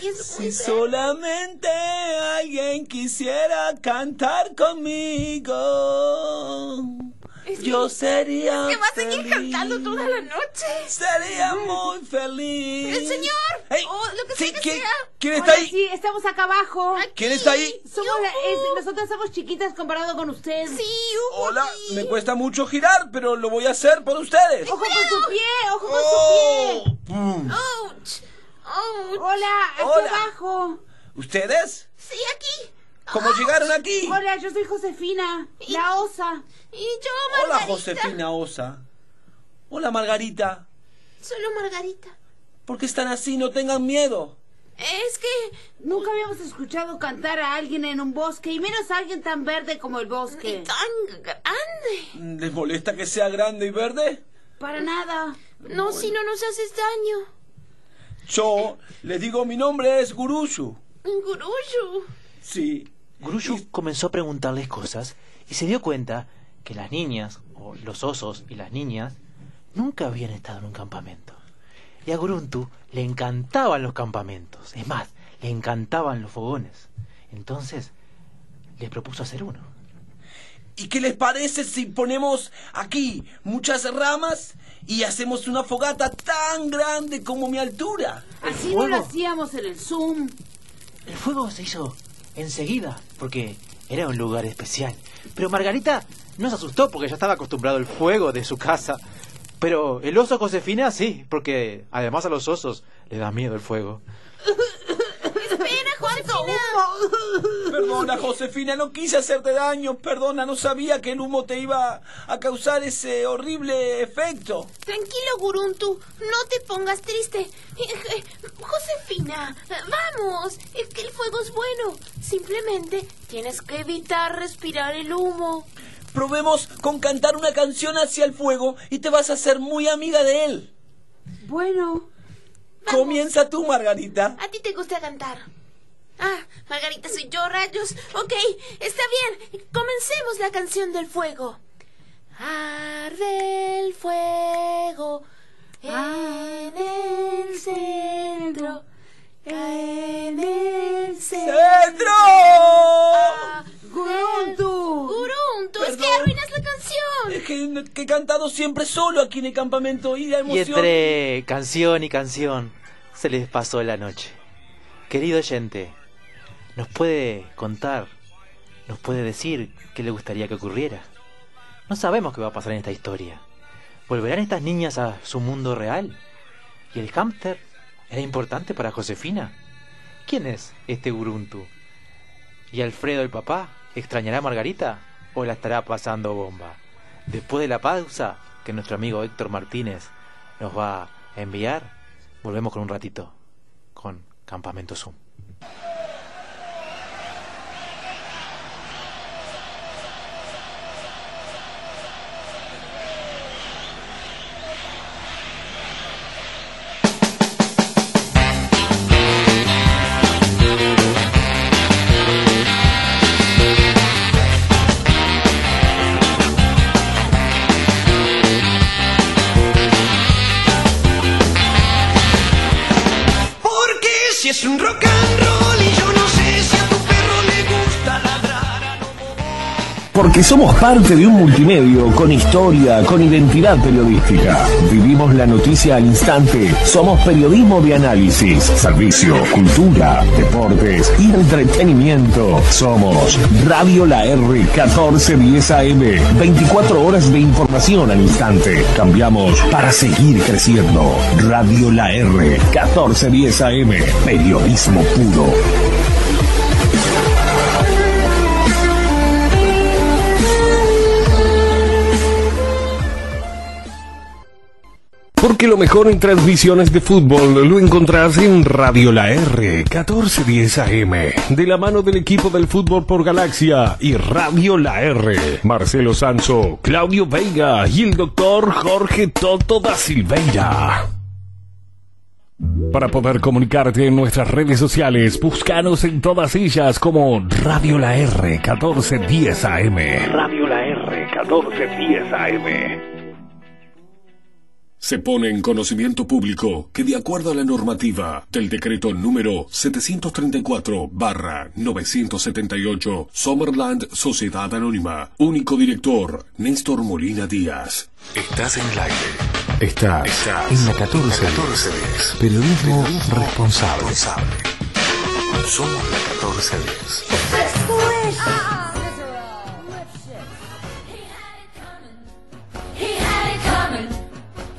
Es muy
Si solamente alguien quisiera cantar conmigo, yo sería
que va a seguir
feliz.
cantando toda la noche.
Sería muy feliz.
El señor.
Ey,
O lo que
sí,
sea que
¿quién,
sea.
quién está
Hola,
ahí?
Sí, estamos acá abajo.
¿Quién está ahí?
Somos la- es- nosotras somos chiquitas comparado con ustedes.
Sí, Hugo.
Hola,
sí.
me cuesta mucho girar, pero lo voy a hacer por ustedes.
¡Ojo con su pie! ¡Ojo con
Oh,
su pie!
pum.
Ouch. Ouch.
Hola, aquí
Hola.
abajo.
¿Ustedes?
Sí, aquí.
¿Cómo llegaron aquí?
Hola, yo soy Josefina, la osa.
Y yo,
Hola,
Margarita.
Josefina Osa. Hola, Margarita.
Solo Margarita.
¿Por qué están así? No tengan miedo.
Es que
Nunca habíamos escuchado cantar a alguien en un bosque, y menos a alguien tan verde como el bosque.
y tan grande.
¿Les molesta que sea grande y verde?
Para nada.
No, si no nos haces daño.
Yo les digo, mi nombre es Gurushu.
Gurushu.
Sí.
Grushu comenzó a preguntarles cosas y se dio cuenta que las niñas, o los osos y las niñas, nunca habían estado en un campamento. Y a Gruntu le encantaban los campamentos, es más, le encantaban los fogones. Entonces, les propuso hacer uno.
¿Y qué les parece si ponemos aquí muchas ramas y hacemos una fogata tan grande como mi altura?
Así no lo
fuego?
hacíamos en el Zoom.
El fuego se hizo enseguida, porque era un lugar especial. Pero Margarita no se asustó porque ya estaba acostumbrado al fuego de su casa. Pero el oso Josefina sí, porque además a los osos le da miedo el fuego.
[laughs]
Espera, Josefina.
[laughs] Perdona, Josefina, no quise hacerte daño. Perdona, no sabía que el humo te iba a causar ese horrible efecto.
Tranquilo, Guruntu. No te pongas triste. Eh, eh, Josefina, eh, vamos. Es que el fuego es bueno. Simplemente tienes que evitar respirar el humo.
Probemos con cantar una canción hacia el fuego y te vas a hacer muy amiga de él.
Bueno,
Comienza tú, Margarita.
A ti te gusta cantar. Ah, Margarita, soy yo, rayos. Ok, está bien. Comencemos la canción del fuego. Arde el fuego en el centro. En el centro.
¡Centro!
Guruntu.
Guruntu, es que
Perdón.
arruinas la canción.
Es que, que he cantado siempre solo aquí en el campamento y la
Y
emoción.
entre canción y canción se les pasó la noche. Querido oyente, ¿nos puede contar? ¿Nos puede decir qué le gustaría que ocurriera? No sabemos qué va a pasar en esta historia. ¿Volverán estas niñas a su mundo real? ¿Y el hámster era importante para Josefina? ¿Quién es este Guruntu? ¿Y Alfredo el papá extrañará a Margarita o la estará pasando bomba? Después de la pausa que nuestro amigo Héctor Martínez nos va a enviar, volvemos con un ratito con Campamento Zoom.
Porque si es un rock and roll y yo no sé si a tu perro le gusta ladrar a lo bobo.
Porque somos parte de un multimedio con historia, con identidad periodística. Vivimos la noticia al instante. Somos periodismo de análisis, servicio, cultura, deportes y entretenimiento. Somos Radio La R 1410 AM. 24 horas de información al instante. Cambiamos para seguir creciendo. Radio La R 1410 AM. Periodismo puro. Porque lo mejor en transmisiones de fútbol lo encontrás en Radio La R, 1410 AM, de la mano del equipo del fútbol por Galaxia y Radio La R, Marcelo Sanso, Claudio Veiga y el doctor Jorge Toto da Silveira. Para poder comunicarte en nuestras redes sociales, búscanos en todas ellas como Radio La R, 1410 AM. Radio La R, 1410 AM.
Se pone en conocimiento público que de acuerdo a la normativa del decreto número 734-978 Summerland Sociedad Anónima, único director Néstor Molina Díaz. Estás en la
Estás, en la 14. Periodismo, responsable.
Somos la 1410.
He had it coming.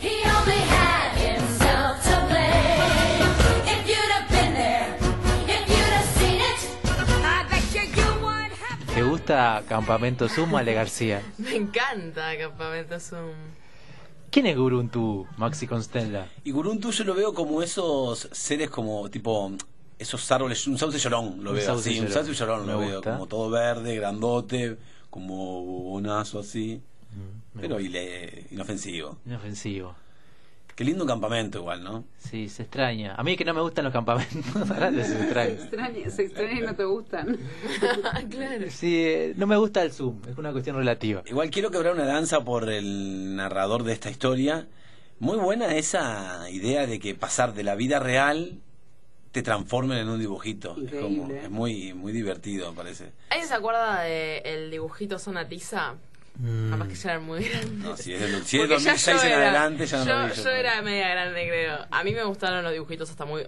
He only had himself to blame. If you'd have been there, if you'd have seen it, I bet you you would have.
¿Te gusta Campamento Zoom, Ale García?
[laughs] Me encanta Campamento Zoom.
¿Quién es Guruntu, Maxi Constella?
Y Guruntu yo lo veo como esos seres como tipo esos árboles, un sauce llorón lo
Un
veo
sauce
así, un
llorón.
sauce llorón lo
Me
veo,
gusta.
como todo verde, grandote, como bonazo así,
Mm, me
pero
gusta.
ile- inofensivo.
Inofensivo.
Qué lindo campamento igual, ¿no?
Sí, se extraña. A mí que no me gustan los campamentos [laughs] grandes, se extraña.
Extraña- se extraña y no te
[laughs]
gustan.
claro.
Sí, eh, no me gusta el Zoom, es una cuestión relativa.
Igual quiero quebrar una danza por el narrador de esta historia. Muy buena esa idea de que pasar de la vida real te transformen en un dibujito. Es, como-
Increíble, ¿eh?
es muy, muy divertido, me parece.
¿Alguien se acuerda del dibujito Zona Tiza?
Mm.
Capaz que ya eran muy grandes.
No, si es del si es
Porque ya
2006
yo
en
era-
adelante, ya no
yo,
lo vi yo,
yo
pero-
era media grande, creo. A mí me gustaron los dibujitos hasta muy... A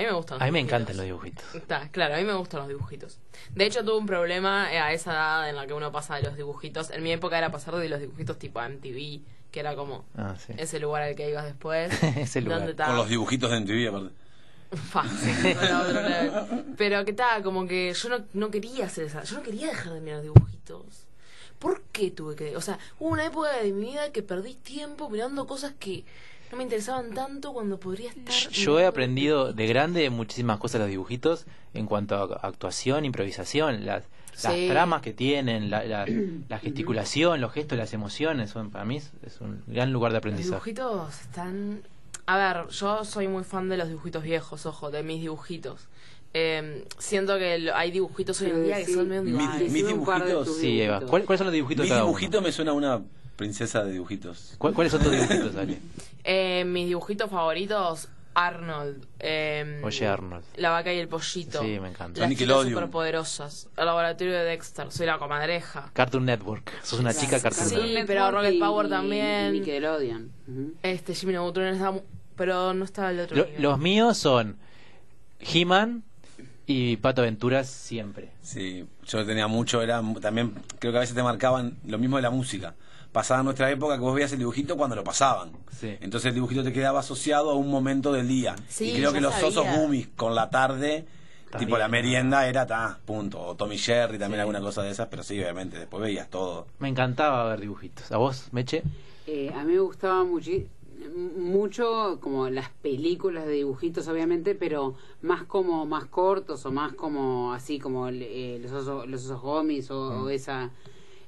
mí me gustan. los
A mí me
dibujitos.
encantan los dibujitos.
Está, claro, a mí me gustan los dibujitos. De hecho, tuve un problema eh, a esa edad en la que uno pasa de los dibujitos. En mi época era pasar de los dibujitos tipo a MTV, que era como
Ah, sí.
ese lugar al que ibas después.
[laughs] Ese lugar.
¿Dónde
Con
está?
los dibujitos de MTV, aparte.
Fa, sí, era otro level. Pero que tal, como que yo no, no quería hacer esa. Yo no quería dejar de mirar dibujitos. ¿Por qué tuve que.? O sea, hubo una época de mi vida que perdí tiempo mirando cosas que no me interesaban tanto cuando podría estar.
Yo he aprendido de grande muchísimas cosas de los dibujitos en cuanto a actuación, improvisación, las, las
Sí.
tramas que tienen, la, la- la gesticulación, los gestos, las emociones. Son, para mí es- es un gran lugar de
Los
aprendizaje.
dibujitos están. A ver, yo soy muy fan de los dibujitos viejos, ojo, de mis dibujitos. Eh, siento que lo- hay dibujitos hoy en
Pero
día que
decí-
son medio
Mi-
iguales.
mi-
Decime un par de
dibujitos,
tus
Sí, Eva.
dibujitos.
¿Cuál- ¿Cuáles son los dibujitos
Mi
de cada uno?
dibujito me suena a una princesa de dibujitos.
¿Cuál- ¿Cuáles son tus dibujitos, Ale?
Eh, mis dibujitos favoritos, Arnold. eh,
Oye, Arnold.
La vaca y el pollito.
Sí, me encanta.
La
Las chicas
Nickelodeon.
superpoderosas. El laboratorio de Dexter. Soy la comadreja.
Cartoon Network. Sos una chica Cartoon
Sí,
Network.
pero
Network
Rocket
y-
Power también.
Y Nickelodeon. Ujú.
Este, Jimmy Neutron estaba... mu- Pero no estaba el otro.
Lo-
nivel.
los míos son He-Man y Pato Aventuras siempre.
Sí, yo tenía mucho, era mu- también creo que a veces te marcaban lo mismo de la música. Pasaba nuestra época que vos veías el dibujito cuando lo pasaban.
Sí.
Entonces el dibujito te quedaba asociado a un momento del día.
Sí,
y creo
yo
que los
sabía.
osos boomies con la tarde,
También.
tipo la merienda era ta, punto. O Tommy Jerry también alguna cosa de esas, pero sí, obviamente, después veías todo.
Me encantaba ver dibujitos. ¿A vos, Meche?
Eh, a mí me gustaba muchi- mucho como las películas de dibujitos obviamente pero más como más cortos o más como así como el, eh, los osos los osos gomis o,
Mm.
o esa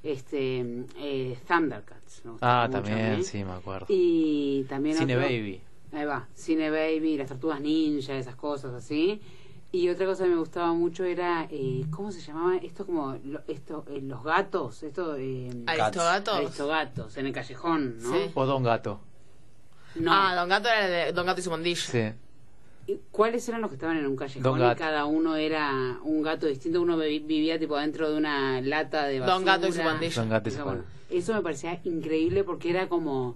este eh, Thundercats me gustaba
Ah,
mucho a
también,
mí.
sí, me acuerdo.
y también
Cine
otro-
Baby.
Ahí va, Cine Baby, las tortugas ninja, esas cosas así. Y otra cosa que me gustaba mucho era, eh, ¿cómo se llamaba? Esto como, lo- esto, eh, los gatos, esto... Eh,
Aristogatos.
Aristogatos, en el callejón, ¿no?
Sí.
O Don Gato.
No,
Ah, Don Gato era el de Don Gato y su pandilla.
Sí.
¿Y ¿Cuáles eran los que estaban en un callejón?
Don
y
Gato.
cada uno era un gato distinto. Uno vi- vivía tipo dentro de una lata de basura.
Don Gato y su pandilla.
Don Gato y su
Eso, bueno,
pandilla.
Eso me parecía increíble porque era como...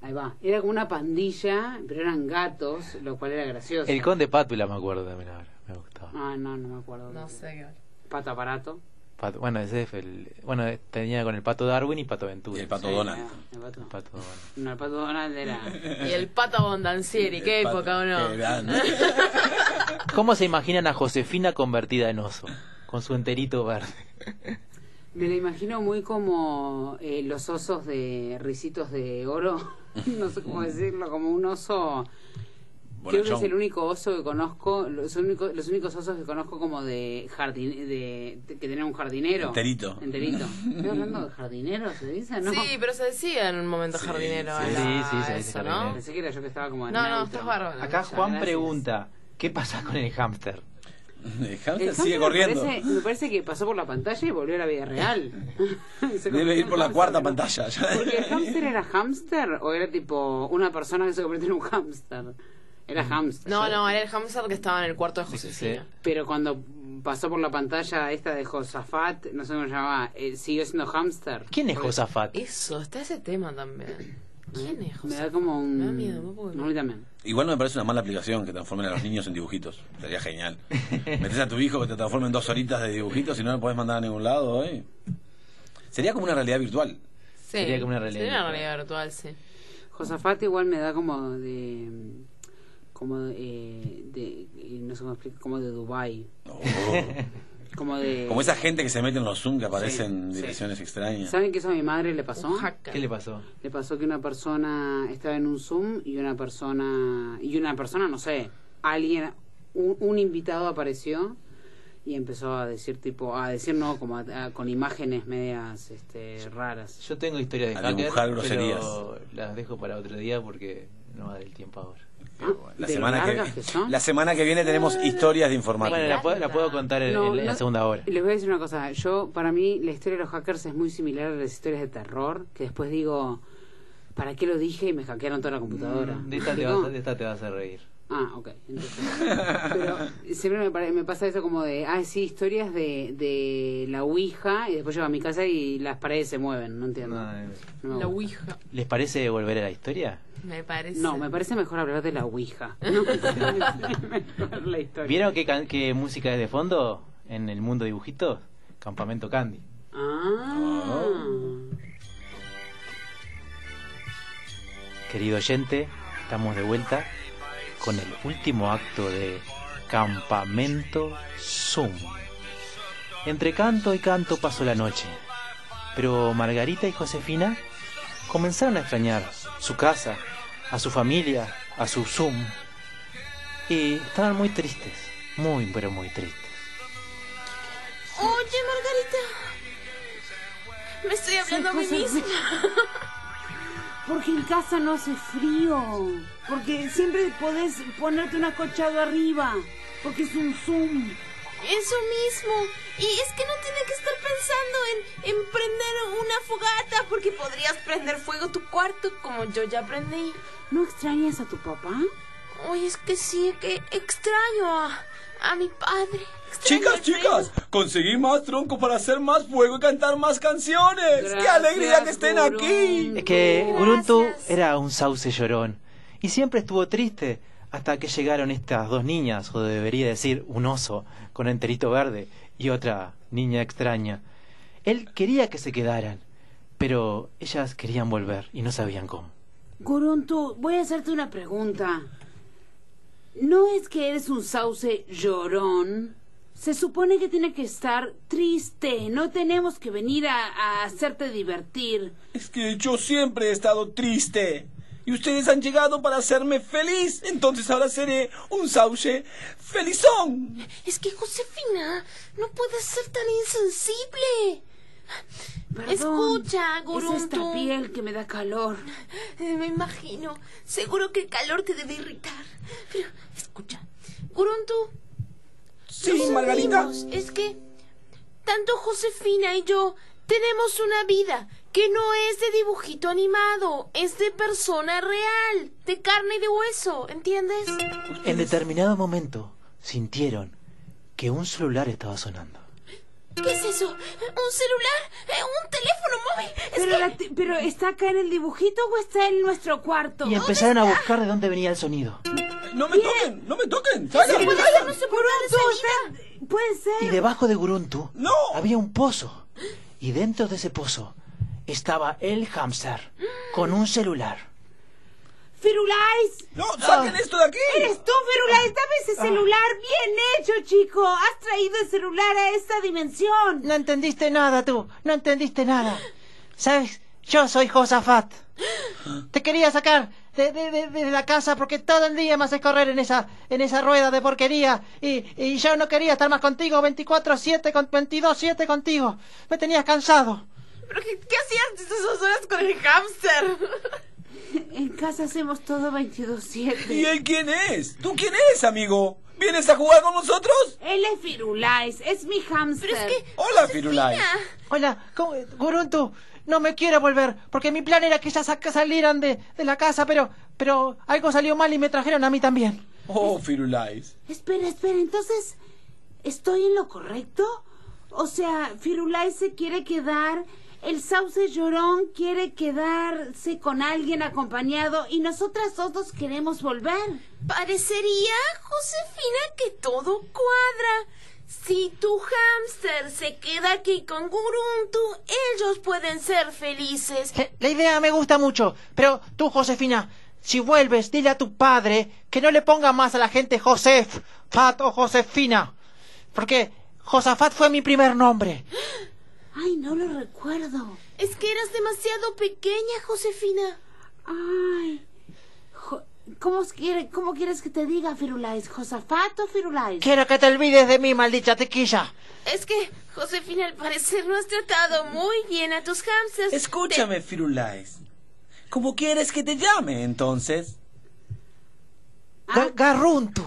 Ahí va. Era como una pandilla, pero eran gatos, lo cual era gracioso.
El conde Pátula me acuerdo también ahora, me gustaba.
Ah, no, no me acuerdo.
No sé qué.
Pato aparato.
Pato- bueno, ese es el, bueno, tenía con el pato Darwin y pato Ventura.
Y el Pato
Sí.
Donald.
Ah, El pato.
Pato Donald.
No, el pato Donald era...
Y el pato Bondancieri, qué
El pato,
época o
qué
no.
[laughs]
grande.
¿Cómo se imaginan a Josefina convertida en oso? Con su enterito verde.
Me lo imagino muy como eh, los osos de risitos de oro, [laughs] no sé cómo decirlo, como un oso. Creo que
Bonachón.
es el único oso que conozco, los, único- los únicos osos que conozco como de jardín, de, de- que tenían un jardinero.
Enterito.
Enterito. ¿Estoy hablando de jardinero? ¿Se dice? No.
Sí, pero se decía en un momento
Sí,
jardinero.
sí,
era
sí, sí, se dice
eso, ¿no?
jardinero.
Pensé que era yo que estaba como.
No, no,
neutro.
estás bárbaro.
Acá
Muchas
Juan
gracias.
pregunta, ¿qué pasa con el hámster?
El hamster
El hámster
sigue
me
corriendo.
parece- me parece que pasó por la pantalla y volvió a la vida real. [laughs] Se
Debe ir por la
convirtió en
cuarta
hámster, ¿no?
pantalla. ya.
Porque el hámster era hámster o era tipo una persona que se convirtió en un hámster. Era
Mm.
hámster.
No, no, era el hamster que estaba en el cuarto de Josefina.
Pero cuando pasó por la pantalla esta de Josafat, no sé cómo se llamaba, eh, siguió siendo hámster. ¿Eh?
¿Quién es Josafat?
Eso, está ese tema también. ¿Quién es
Me
José?
da como un...
Me da miedo, no puedo creer.
A mí también.
Igual no me parece una mala aplicación que transformen a los niños en dibujitos. Sería genial. Metes a tu hijo que te transforme en dos horitas de dibujitos y no lo puedes mandar a ningún lado. ¿eh? Sería como una realidad virtual.
Sí,
Sería como una realidad
sería una
virtual.
realidad virtual, sí.
Josafat igual me da como de... Como de... eh, de- no sé cómo explico, como de Dubai
Oh.
Como de...
Como esa gente que se mete en los Zoom que aparece en
sí.
direcciones extrañas.
¿Saben que eso a mi madre le pasó?
Un hacker.
¿Qué le pasó?
Le pasó que una persona estaba en un Zoom y una persona, y una persona, no sé, alguien, un, un invitado apareció y empezó a decir tipo, a decir no, como a- a- con imágenes medias este, raras.
Yo tengo historias de
A
hacker,
dibujar
pero
groserías.
las dejo para otro día porque no va del tiempo ahora.
Ah,
La
de lo
semana,
largas
que,
que son. Ah,
la semana que viene tenemos historias de
Bueno,
informática.
la puedo, la puedo contar en,
No,
en la
no-
segunda hora.
Les voy a decir una cosa, yo, para mí, la historia de los hackers es muy similar a las historias de terror, que después digo, ¿para qué lo dije? Y me hackearon toda la computadora.
De
[laughs]
esta, te
Digo,
vas, a- de esta te vas a reír.
Mm, Ah, ok. Entonces, pero
[laughs]
siempre me, pare- me pasa eso como de, ah, sí, historias de, de la Ouija y después llego a mi casa y las paredes se mueven, no entiendo.
No, eh,
No, me
La
gusta.
Ouija,
¿Les parece volver a la historia?
me parece.
No, me parece
[laughs]
mejor [laughs] hablar de la Ouija. No, me parece mejor la historia.
¿Vieron qué, can- qué música es de fondo en el mundo de dibujitos? Campamento Candy.
Ah.
Querido oyente, estamos de vuelta con el último acto de Campamento Zoom. Entre canto y canto pasó la noche, pero Margarita y Josefina comenzaron a extrañar su casa, a su familia, a su Zoom, y estaban muy tristes, muy pero muy tristes.
Oye, Margarita. Me estoy hablando a mí
cosas
misma.
Porque en casa no hace frío. Porque siempre podés ponerte un acochado arriba. Porque es un zoom.
Eso mismo. Y es que no tiene que estar pensando en, en prender una fogata, porque podrías prender fuego tu cuarto como yo ya aprendí.
¿No extrañas a tu papá?
Oye, es que sí, que extraño a, a mi padre. Extraño
Chicas,
al rey.
chicas, conseguí más troncos para hacer más fuego y cantar más canciones. ¡Qué
Gracias,
alegría que estén
Gurú.
aquí!
Es que Guruntu
Gracias.
era un sauce llorón y siempre estuvo triste hasta que llegaron estas dos niñas, o debería decir un oso con enterito verde y otra niña extraña. Él quería que se quedaran, pero ellas querían volver y no sabían cómo.
Guruntu, voy a hacerte una pregunta. ¿No es que eres un sauce llorón? Se supone que tiene que estar triste. No tenemos que venir a, a hacerte divertir.
Es que yo siempre he estado triste. Y ustedes han llegado para hacerme feliz. Entonces ahora seré un sauce felizón.
Es que Josefina, no puedes ser tan insensible.
Perdón,
Escucha,
Es esta
Guruntu.
piel que me da calor.
Eh, Me imagino. Seguro que el calor te debe irritar. Pero, escucha. Guruntu,
Sí,
Nos
Margarita.
unimos. Es que tanto Josefina y yo tenemos una vida que no es de dibujito animado, es de persona real, de carne y de hueso, ¿entiendes?
En determinado momento sintieron que un celular estaba sonando.
¿Qué es eso? ¿Un celular? ¿Eh, ¿Un teléfono móvil?
Pero, la te- pero está acá en el dibujito o está en nuestro cuarto.
Y empezaron a buscar de dónde venía el sonido.
¡No me toquen! ¡No me toquen!
Sí,
¡Salgan!
puede
salgan!
ser nuestro Guruntu, está- Puede ser.
Y debajo de Guruntu había un pozo. Y dentro de ese pozo estaba el hamster con un celular.
¡Firulais!
¡No! ¡Saquen esto de aquí!
Ah. ¡Eres tú, Firulais! ¡Dame ese
Ah.
celular! ¡Bien hecho, chico! ¡Has traído el celular a esta dimensión!
No entendiste nada tú, no entendiste nada. ¿Sabes? Yo soy Josafat. Te quería sacar de, de- de- de la casa porque todo el día me haces correr en esa, en esa rueda de porquería y, y yo no quería estar más contigo 24-7, con 22-7 contigo. Me tenías cansado.
¿Pero qué, qué hacías estas dos horas con el hámster?
En casa hacemos todo 22-7.
¿Y él quién es? ¿Tú quién es, amigo? Ah, ¿Vienes a jugar con nosotros?
Él es Firulais, es mi hamster. Pero es que...
¡Hola, Firulais!
Hola, ¿cómo- eh, Guruntu, no me quiero volver porque mi plan era que ellas saca- salieran de, de la casa, pero, pero algo salió mal y me trajeron a mí también.
¡Oh, Firulais!
Espera, espera, entonces, ¿estoy en lo correcto? O sea, Firulais se quiere quedar, el sauce llorón quiere quedarse con alguien acompañado y nosotras dos nos queremos volver.
Parecería, Josefina, que todo cuadra. Si tu hámster se queda aquí con Guruntu, ellos pueden ser felices.
Eh, La idea me gusta mucho, pero tú, Josefina, si vuelves, dile a tu padre que no le ponga más a la gente Josef, Fat o Josefina, porque Josafat fue mi primer nombre.
Ay, no lo recuerdo.
Es que eras demasiado pequeña, Josefina.
Ay. jo- ¿Cómo, es- quiere- ¿Cómo quieres que te diga, Firulais? ¿Josafat o Firulais?
Quiero que te olvides de mí, maldita tequilla.
Es que, Josefina, al parecer no has tratado muy bien a tus hámsters.
Escúchame, Firulais. ¿Cómo quieres que te llame, entonces?
Ah.
Ga- Garruntu.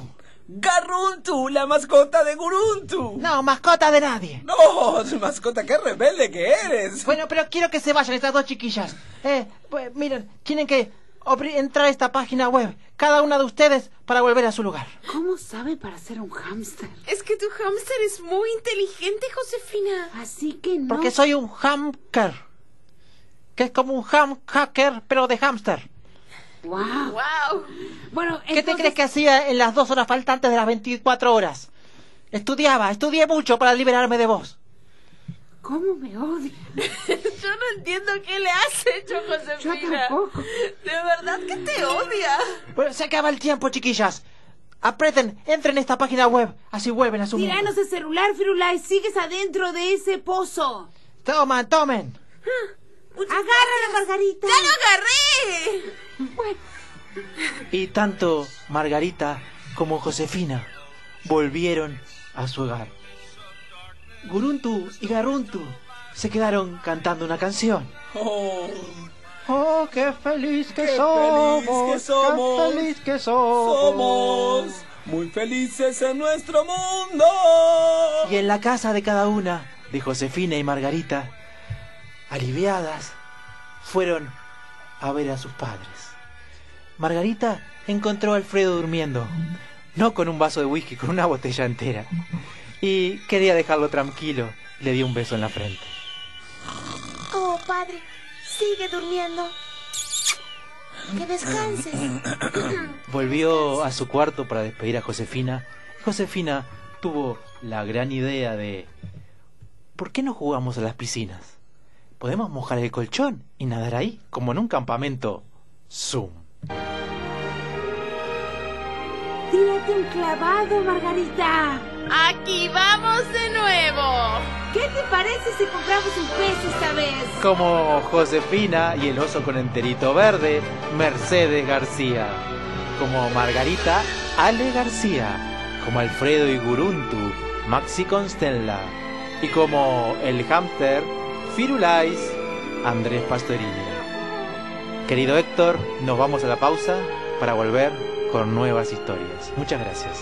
¡Garruntu, la mascota de Guruntu!
No, mascota de nadie.
¡No, [laughs] mascota, qué rebelde que eres!
Bueno, pero quiero que se vayan estas dos chiquillas. Eh, pues, miren, tienen que obri- entrar a esta página web, cada una de ustedes, para volver a su lugar.
¿Cómo sabe para ser un hámster?
Es que tu hámster es muy inteligente, Josefina.
Así que no.
Porque soy un hamker. Que es como un ham hacker, pero de hamster.
¡Wow!
¡Wow!
Bueno,
¿Qué te crees que hacía en las dos horas faltantes de las 24 horas? Estudiaba, estudié mucho para liberarme de vos.
¿Cómo me odia?
[laughs] Yo no entiendo qué le has hecho, Josefina.
tampoco.
De verdad que te odia.
Bueno, se acaba el tiempo, chiquillas. Apreten, entren en esta página web, así vuelven a su mundo.
Tiranos el celular, Firulais. Sigues adentro de ese pozo.
Toman, tomen.
Ah, Agárrala, Margarita.
¡Ya lo agarré!
Y tanto Margarita como Josefina volvieron a su hogar.
Guruntu y Garuntu se quedaron cantando una canción.
¡Oh!
Oh, qué feliz que
¡Qué
somos.
feliz que somos!
Qué feliz que somos.
¡Somos muy felices en nuestro mundo!
Y en la casa de cada una, de Josefina y Margarita, aliviadas, fueron a ver a sus padres. Margarita encontró a Alfredo durmiendo, no con un vaso de whisky, con una botella entera. Y quería dejarlo tranquilo, le dio un beso en la frente.
Oh, padre, sigue durmiendo. Que descanses.
[laughs]
Volvió a su cuarto para despedir a Josefina. Josefina tuvo la gran idea de... ¿Por qué no jugamos a las piscinas? Podemos mojar el colchón y nadar ahí, como en un campamento. Zoom.
Tírate un clavado, Margarita.
Aquí vamos de nuevo.
¿Qué te parece si compramos un pez esta vez?
Como Josefina y el oso con enterito verde, Mercedes García. Como Margarita, Ale García. Como Alfredo y Guruntu, Maxi Constella. Y como el hámster, Firulais, Andrés Pastorini. Querido Héctor, nos vamos a la pausa para volver con nuevas historias. Muchas gracias.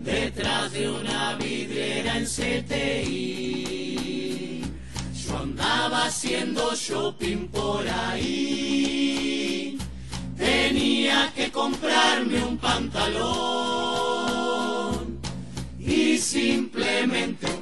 Detrás de una vidriera en CTI. Yo andaba haciendo shopping por ahí. Tenía que comprarme un pantalón y simplemente